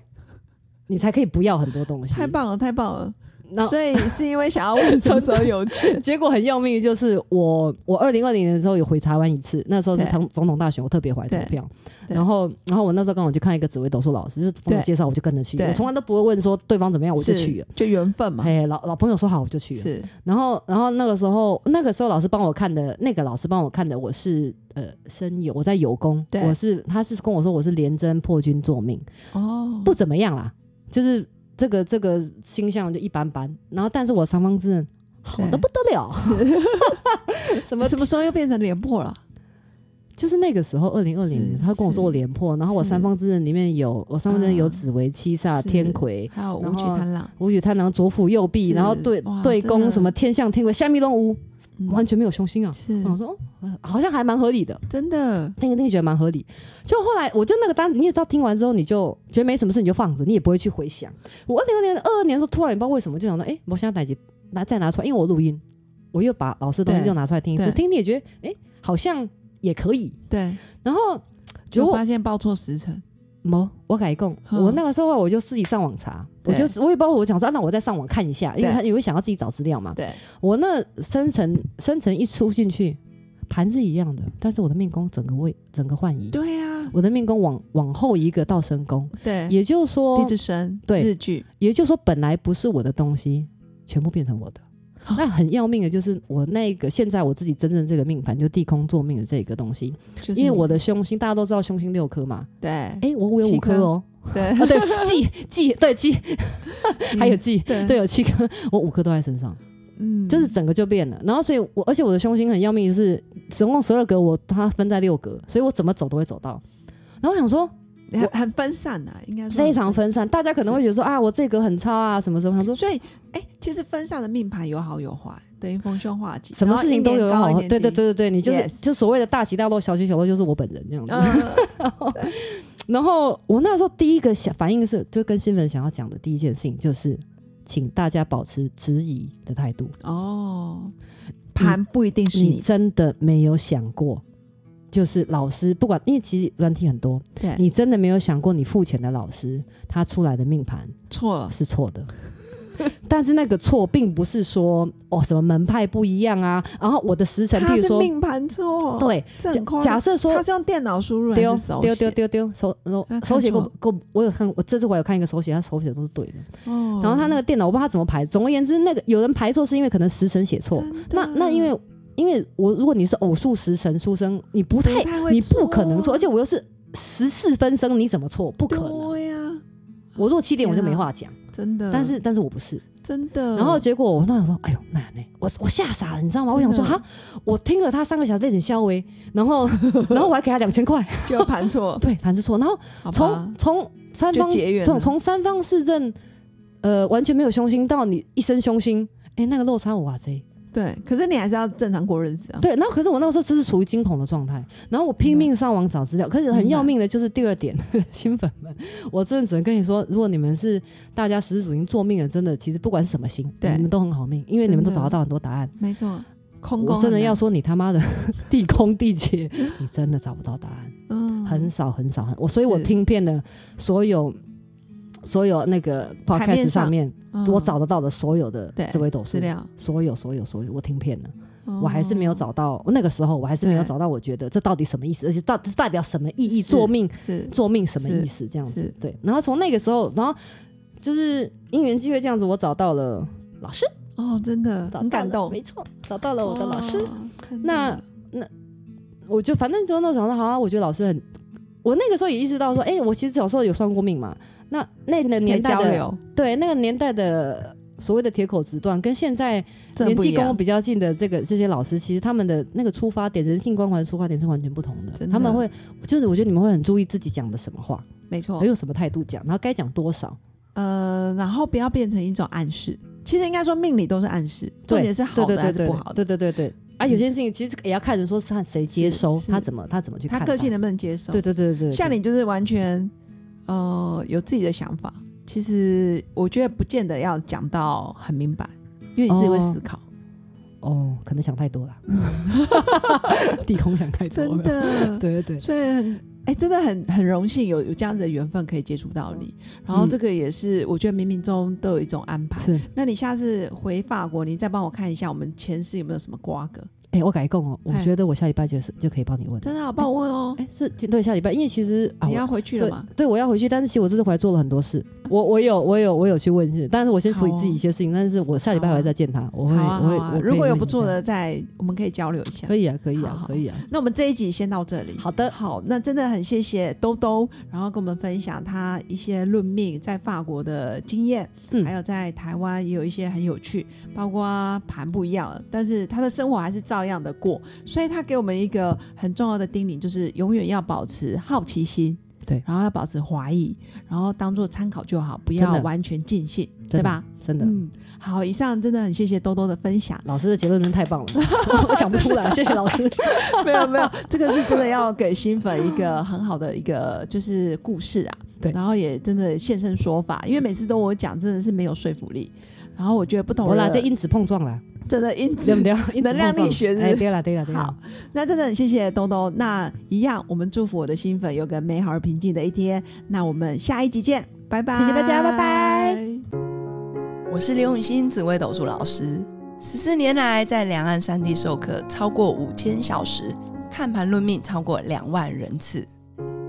Speaker 2: 你才可以不要很多东西。
Speaker 1: 太！棒了，太棒了。
Speaker 2: 然后，
Speaker 1: 所以是因为想要问什么时候有钱
Speaker 2: *laughs* 结果很要命，就是我我二零二零年的时候有回台湾一次，那时候是
Speaker 1: 对
Speaker 2: 总总统大选，我特别怀投
Speaker 1: 对
Speaker 2: 票。
Speaker 1: 对
Speaker 2: 然后然后我那时候刚好去看一个紫薇斗数老师，是朋友
Speaker 1: 对
Speaker 2: 介绍我就跟着去，
Speaker 1: 对
Speaker 2: 我从来都不会问说对方怎么样，我就是去了。
Speaker 1: 就缘分嘛，
Speaker 2: 哎，老老朋友说好我就去了。
Speaker 1: 是
Speaker 2: 然后，然后那个时候，那个时候老师帮我看的，那个老师帮我看的，我是呃生友，我在有功，
Speaker 1: 对
Speaker 2: 我是他是跟我说我是连贞破军作命，
Speaker 1: 哦，
Speaker 2: 不怎么样啦，就是这个这个星象就一般般。然后，但是我三方之刃好的
Speaker 1: 对
Speaker 2: 不得
Speaker 1: *laughs*
Speaker 2: 了，什么
Speaker 1: 什么时候又变成廉颇了？
Speaker 2: 就是那个时候二零二零
Speaker 1: 是
Speaker 2: 年，他跟我说我廉破，然后我
Speaker 1: 是
Speaker 2: 三方之刃里面有我三方之刃有
Speaker 1: 啊
Speaker 2: 紫薇、七煞、
Speaker 1: 是
Speaker 2: 天魁。
Speaker 1: 还有
Speaker 2: 然
Speaker 1: 武
Speaker 2: 后
Speaker 1: 举贪狼，
Speaker 2: 武曲贪狼左辅右臂，
Speaker 1: 是
Speaker 2: 然后对
Speaker 1: 哇
Speaker 2: 对
Speaker 1: 真
Speaker 2: 攻
Speaker 1: 的
Speaker 2: 什么天象天魁下密龙无，
Speaker 1: 嗯
Speaker 2: 完全没有凶星啊！
Speaker 1: 是
Speaker 2: 我想说，哦好像还蛮合理的，
Speaker 1: 真的，
Speaker 2: 那个那个觉得蛮合理。就后来，我就那个单，你也知道，听完之后你就觉得没什么事，你就放着，你也不会去回想。我二零二零二二年的时候，突然也不知道为什么就想到，哎、我现在哪集拿再拿出来，因为我录音，我又把老师的东西
Speaker 1: 对
Speaker 2: 又拿出来听一次，
Speaker 1: 对
Speaker 2: 听听也觉得，哎、好像也可以。
Speaker 1: 对，
Speaker 2: 然后结
Speaker 1: 就
Speaker 2: 果
Speaker 1: 发现报错时辰，
Speaker 2: 没，我改供，
Speaker 1: 嗯
Speaker 2: 我那个时候我就自己上网查，我
Speaker 1: 对
Speaker 2: 就我也不知道我想说，啊那我再上网看一下，因为
Speaker 1: 对
Speaker 2: 他也会想要自己找资料嘛。
Speaker 1: 对，
Speaker 2: 我那生辰生辰一出进去，盘是一样的，但是我的命宫整个位整个换移，
Speaker 1: 对呀，
Speaker 2: 我的命宫往往后一个到身宫，
Speaker 1: 对，
Speaker 2: 也就是
Speaker 1: 地
Speaker 2: 说，
Speaker 1: 之神，
Speaker 2: 对
Speaker 1: 日剧，
Speaker 2: 也就是说本来不是我的东西，全部变成我的。那很要命的就是我那个现在我自己真正这个命盘就地空坐命的这个东西，
Speaker 1: 就是
Speaker 2: 因为我
Speaker 1: 的
Speaker 2: 的哎凶星大家都知道凶星六颗嘛，
Speaker 1: 对
Speaker 2: 诶，我我有
Speaker 1: 七
Speaker 2: 五颗
Speaker 1: 颗
Speaker 2: 哦，
Speaker 1: 对嗯
Speaker 2: 啊对，忌忌对忌， *laughs* 还有忌，
Speaker 1: 对
Speaker 2: 对，有七颗，我五颗都在身上。
Speaker 1: 嗯，
Speaker 2: 就是整个就变了。然后所以我，而且我的胸心很要命，就是总共十二格，我它分在六格，所以我怎么走都会走到。然后我想说
Speaker 1: 很
Speaker 2: 我
Speaker 1: 很分散呐，应该说
Speaker 2: 非常
Speaker 1: 很
Speaker 2: 分散，大家可能会觉得说啊，我这格很差啊，什么什么。想说
Speaker 1: 散。所以，哎，其实分散的命盘有好有坏，等于逢凶化吉，
Speaker 2: 什么事情都有
Speaker 1: 然后
Speaker 2: 好
Speaker 1: 一，年高一
Speaker 2: 对
Speaker 1: 年
Speaker 2: 对对
Speaker 1: 低，
Speaker 2: 对对，你就是
Speaker 1: Yes
Speaker 2: 就所谓的大起大落，小起小落，就是我本人这样子。
Speaker 1: 嗯，
Speaker 2: *laughs* 然后我那时候第一个想反应是，就跟新闻想要讲的第一件事情就是，请大家保持质疑的态度。
Speaker 1: 哦，盘不一定是
Speaker 2: 你
Speaker 1: 你，
Speaker 2: 真的没有想过，就是老师不管，因为其实软体很多，
Speaker 1: 对，
Speaker 2: 你真的没有想过，你付钱的老师他出来的命盘
Speaker 1: 错了，
Speaker 2: 哦是错的。 *laughs* 但是那个错并不是说哦什么门派不一样啊，然后我的时辰，
Speaker 1: 他
Speaker 2: 譬如
Speaker 1: 是
Speaker 2: 说
Speaker 1: 命盘错，，
Speaker 2: 对，
Speaker 1: 这很夸
Speaker 2: 假假
Speaker 1: 张。
Speaker 2: 设
Speaker 1: 他
Speaker 2: 说
Speaker 1: 是用电脑输入还
Speaker 2: 丢
Speaker 1: 是手
Speaker 2: 丢
Speaker 1: 写
Speaker 2: 丢丢丢手手
Speaker 1: 那看
Speaker 2: 手写
Speaker 1: 错
Speaker 2: 够够，我有看我这次我有看一个手写，他手写都是对的。
Speaker 1: 哦
Speaker 2: 然后他那个电脑我不知道他怎么排，总而言之，那个有人排错是因为可能时辰写错。
Speaker 1: 真的
Speaker 2: 那那因为因为我如果你是偶数时辰出生，你不太
Speaker 1: 不太会
Speaker 2: 你不可能
Speaker 1: 错啊
Speaker 2: 错，而且我又是十四分生，你怎么错？不可能。
Speaker 1: 对呀，
Speaker 2: 我做七点我就
Speaker 1: 天啊
Speaker 2: 没话讲，
Speaker 1: 真的，
Speaker 2: 但是但是我不是。
Speaker 1: 真的，
Speaker 2: 然后结果我那想说，哎呦，那呢，我我吓傻了，你知道吗？我
Speaker 1: 真
Speaker 2: 想
Speaker 1: 的
Speaker 2: 说哈，我听了他三个小时在点笑微，
Speaker 1: *laughs*
Speaker 2: 然后然后我还给他两千块， *laughs*
Speaker 1: 就盘错，
Speaker 2: 对，反正错。然后
Speaker 1: 好吧
Speaker 2: 从从三
Speaker 1: 就
Speaker 2: 方
Speaker 1: 结缘
Speaker 2: 从
Speaker 1: 了
Speaker 2: 从三方四正，呃，完全没有凶星到你一身凶星，哎，那个落差我哇塞。
Speaker 1: 对，可是你还是要正常过日子啊，
Speaker 2: 对，然后可是我那个时候就是处于惊恐的状态，然后我拼命上网找资料，可是很要命的就是第二点， *laughs* 新粉们，我真的只能跟你说，如果你们是大家十字主星做命的，真的其实不管是什么星，
Speaker 1: 对
Speaker 2: 你们都很好命，因为你们都
Speaker 1: 真的
Speaker 2: 找得到很多答案。
Speaker 1: 没错，空
Speaker 2: 我
Speaker 1: 宫
Speaker 2: 真的
Speaker 1: 很
Speaker 2: 要
Speaker 1: 难，
Speaker 2: 说你他妈的 *laughs* 地空地
Speaker 1: *laughs*
Speaker 2: 劫，你真的找不到答案，
Speaker 1: 嗯，
Speaker 2: 很少很少很，我所以我
Speaker 1: 是
Speaker 2: 听遍了所有。所有那个 podcast
Speaker 1: 面上
Speaker 2: 上面，
Speaker 1: 嗯
Speaker 2: 我找得到的所有的
Speaker 1: 对
Speaker 2: 紫微斗数
Speaker 1: 资，料，
Speaker 2: 所有所有所有，我听遍了。我还是没有
Speaker 1: 哦，
Speaker 2: 找到，那个时候我还是没有
Speaker 1: 对
Speaker 2: 找到，我觉得这到底什么意思，而且到这代表什么意义，
Speaker 1: 是
Speaker 2: 做命
Speaker 1: 是
Speaker 2: 做命什么意思这样子
Speaker 1: 是。
Speaker 2: 对，然后从那个时候，然后就是因缘机会这样子，我找到了老师，
Speaker 1: 哦，真的
Speaker 2: 找
Speaker 1: 很
Speaker 2: 到
Speaker 1: 感
Speaker 2: 了
Speaker 1: 动，哦
Speaker 2: 没错，找到了我的老师。
Speaker 1: 哇，真的
Speaker 2: 那我就反正就那时候，好像我觉得老师很。我那个时候也意识到说，哎、我其实小时候有算过命嘛。那那个
Speaker 1: 可以
Speaker 2: 年代
Speaker 1: 交
Speaker 2: 的，
Speaker 1: 流，
Speaker 2: 对那个年代的所谓的铁口直断，跟现在
Speaker 1: 真的
Speaker 2: 年
Speaker 1: 不一
Speaker 2: 纪跟我
Speaker 1: 样。
Speaker 2: 比较近的这个这些老师，其实他们的那个出发点、人性关怀的出发点是完全不同的。
Speaker 1: 真的
Speaker 2: 他们会就是，我觉得你们会很注意自己讲的什么话，
Speaker 1: 没错
Speaker 2: 还，有什么态度讲，然后该讲多少。
Speaker 1: 呃，然后不要变成一种暗示。其实应该说命理都是暗示，重
Speaker 2: 对
Speaker 1: 点是好
Speaker 2: 对对
Speaker 1: 的还
Speaker 2: 对
Speaker 1: 是
Speaker 2: 对，
Speaker 1: 不好的，
Speaker 2: 对对对对。啊，有些事情其实也要看人说是看谁接
Speaker 1: 是
Speaker 2: 收，
Speaker 1: 是
Speaker 2: 他怎么他怎么去看
Speaker 1: 他
Speaker 2: 待。
Speaker 1: 个性能不能接受？
Speaker 2: 对对对对对，
Speaker 1: 像你就是完全呃有自己的想法，其实我觉得不见得要讲到很明白，因为你自己会思考，
Speaker 2: 哦，可能想太多了，地空想太多
Speaker 1: *laughs* 真
Speaker 2: 了。，
Speaker 1: 的。
Speaker 2: *laughs* 对对对，
Speaker 1: 所以很哎、真的很很荣幸有有这样子的缘分可以接触到你。然后
Speaker 2: 嗯
Speaker 1: 这个也是、我觉得冥冥中都有一种安排。
Speaker 2: 是。
Speaker 1: 那你下次回法国，你再帮我看一下我们前世有没有什么瓜葛？
Speaker 2: 哎，我改供哦，我
Speaker 1: 嗨
Speaker 2: 觉得我下礼拜就是就可以帮你问。
Speaker 1: 真的好帮我问哦。
Speaker 2: 哎，是对下礼拜，因为其实啊，
Speaker 1: 你
Speaker 2: 我
Speaker 1: 要回去了
Speaker 2: 对
Speaker 1: 吗？
Speaker 2: 对，我要回去，但是其实我这次回来做了很多事。我我有我有我有去问一些，但是我先处理
Speaker 1: 好哦
Speaker 2: 自己一些事情，但是我下礼拜
Speaker 1: 好啊
Speaker 2: 还会再见他，我会
Speaker 1: 好啊，
Speaker 2: 我
Speaker 1: 好
Speaker 2: 会
Speaker 1: 啊
Speaker 2: 我。可以
Speaker 1: 如果有
Speaker 2: 问
Speaker 1: 不
Speaker 2: 一
Speaker 1: 错
Speaker 2: 下，
Speaker 1: 的，再我们可以交流一下。
Speaker 2: 可以啊，可以
Speaker 1: 好
Speaker 2: 啊，
Speaker 1: 好
Speaker 2: 可以啊。
Speaker 1: 那我们这一集先到这里。
Speaker 2: 好的，
Speaker 1: 好，那真的很谢谢兜兜，然后跟我们分享他一些论命在法国的经验，
Speaker 2: 嗯
Speaker 1: 还有在台湾也有一些很有趣，包括盘不一样了，但是他的生活还是照样的过，所以他给我们一个很重要的叮咛，就是永远要保持好奇心，
Speaker 2: 对
Speaker 1: 然后要保持怀疑，然后当做参考就好，不
Speaker 2: 真
Speaker 1: 要
Speaker 2: 的
Speaker 1: 完全尽信，对
Speaker 2: 真的
Speaker 1: 吧？？
Speaker 2: 真的，
Speaker 1: 嗯，好，以上真的很谢谢兜兜的分
Speaker 2: *laughs*
Speaker 1: 享。
Speaker 2: 老师的结论真的太棒
Speaker 1: *laughs*
Speaker 2: 了，我想不出来，谢谢老师。
Speaker 1: 没有没有，这个是真的要给新粉一个很好的一个就是故事啊，
Speaker 2: 对
Speaker 1: 然后也真的现身说法，因为每次都我讲真的是没有说服力，然后我觉得不同
Speaker 2: 我啦，
Speaker 1: 的
Speaker 2: 这因子碰撞
Speaker 1: *laughs*
Speaker 2: 啦，
Speaker 1: 真的因
Speaker 2: 对不
Speaker 1: 子，
Speaker 2: 对？因子
Speaker 1: 能量
Speaker 2: 碰撞
Speaker 1: 力学是不是
Speaker 2: 哎，对啦，对啦，对啦
Speaker 1: 好。那真的很谢谢东东，那一样我们祝福我的新粉有个美好而平静的一天，那我们下一集见，拜拜，
Speaker 2: 谢谢大家拜拜。
Speaker 3: 我是刘雨欣，紫微斗数老师。十四年来，在两岸三地授课超过五千小时，看盘论命超过两万人次。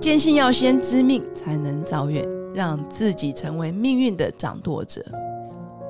Speaker 3: 坚信要先知命，才能造运，让自己成为命运的掌舵者。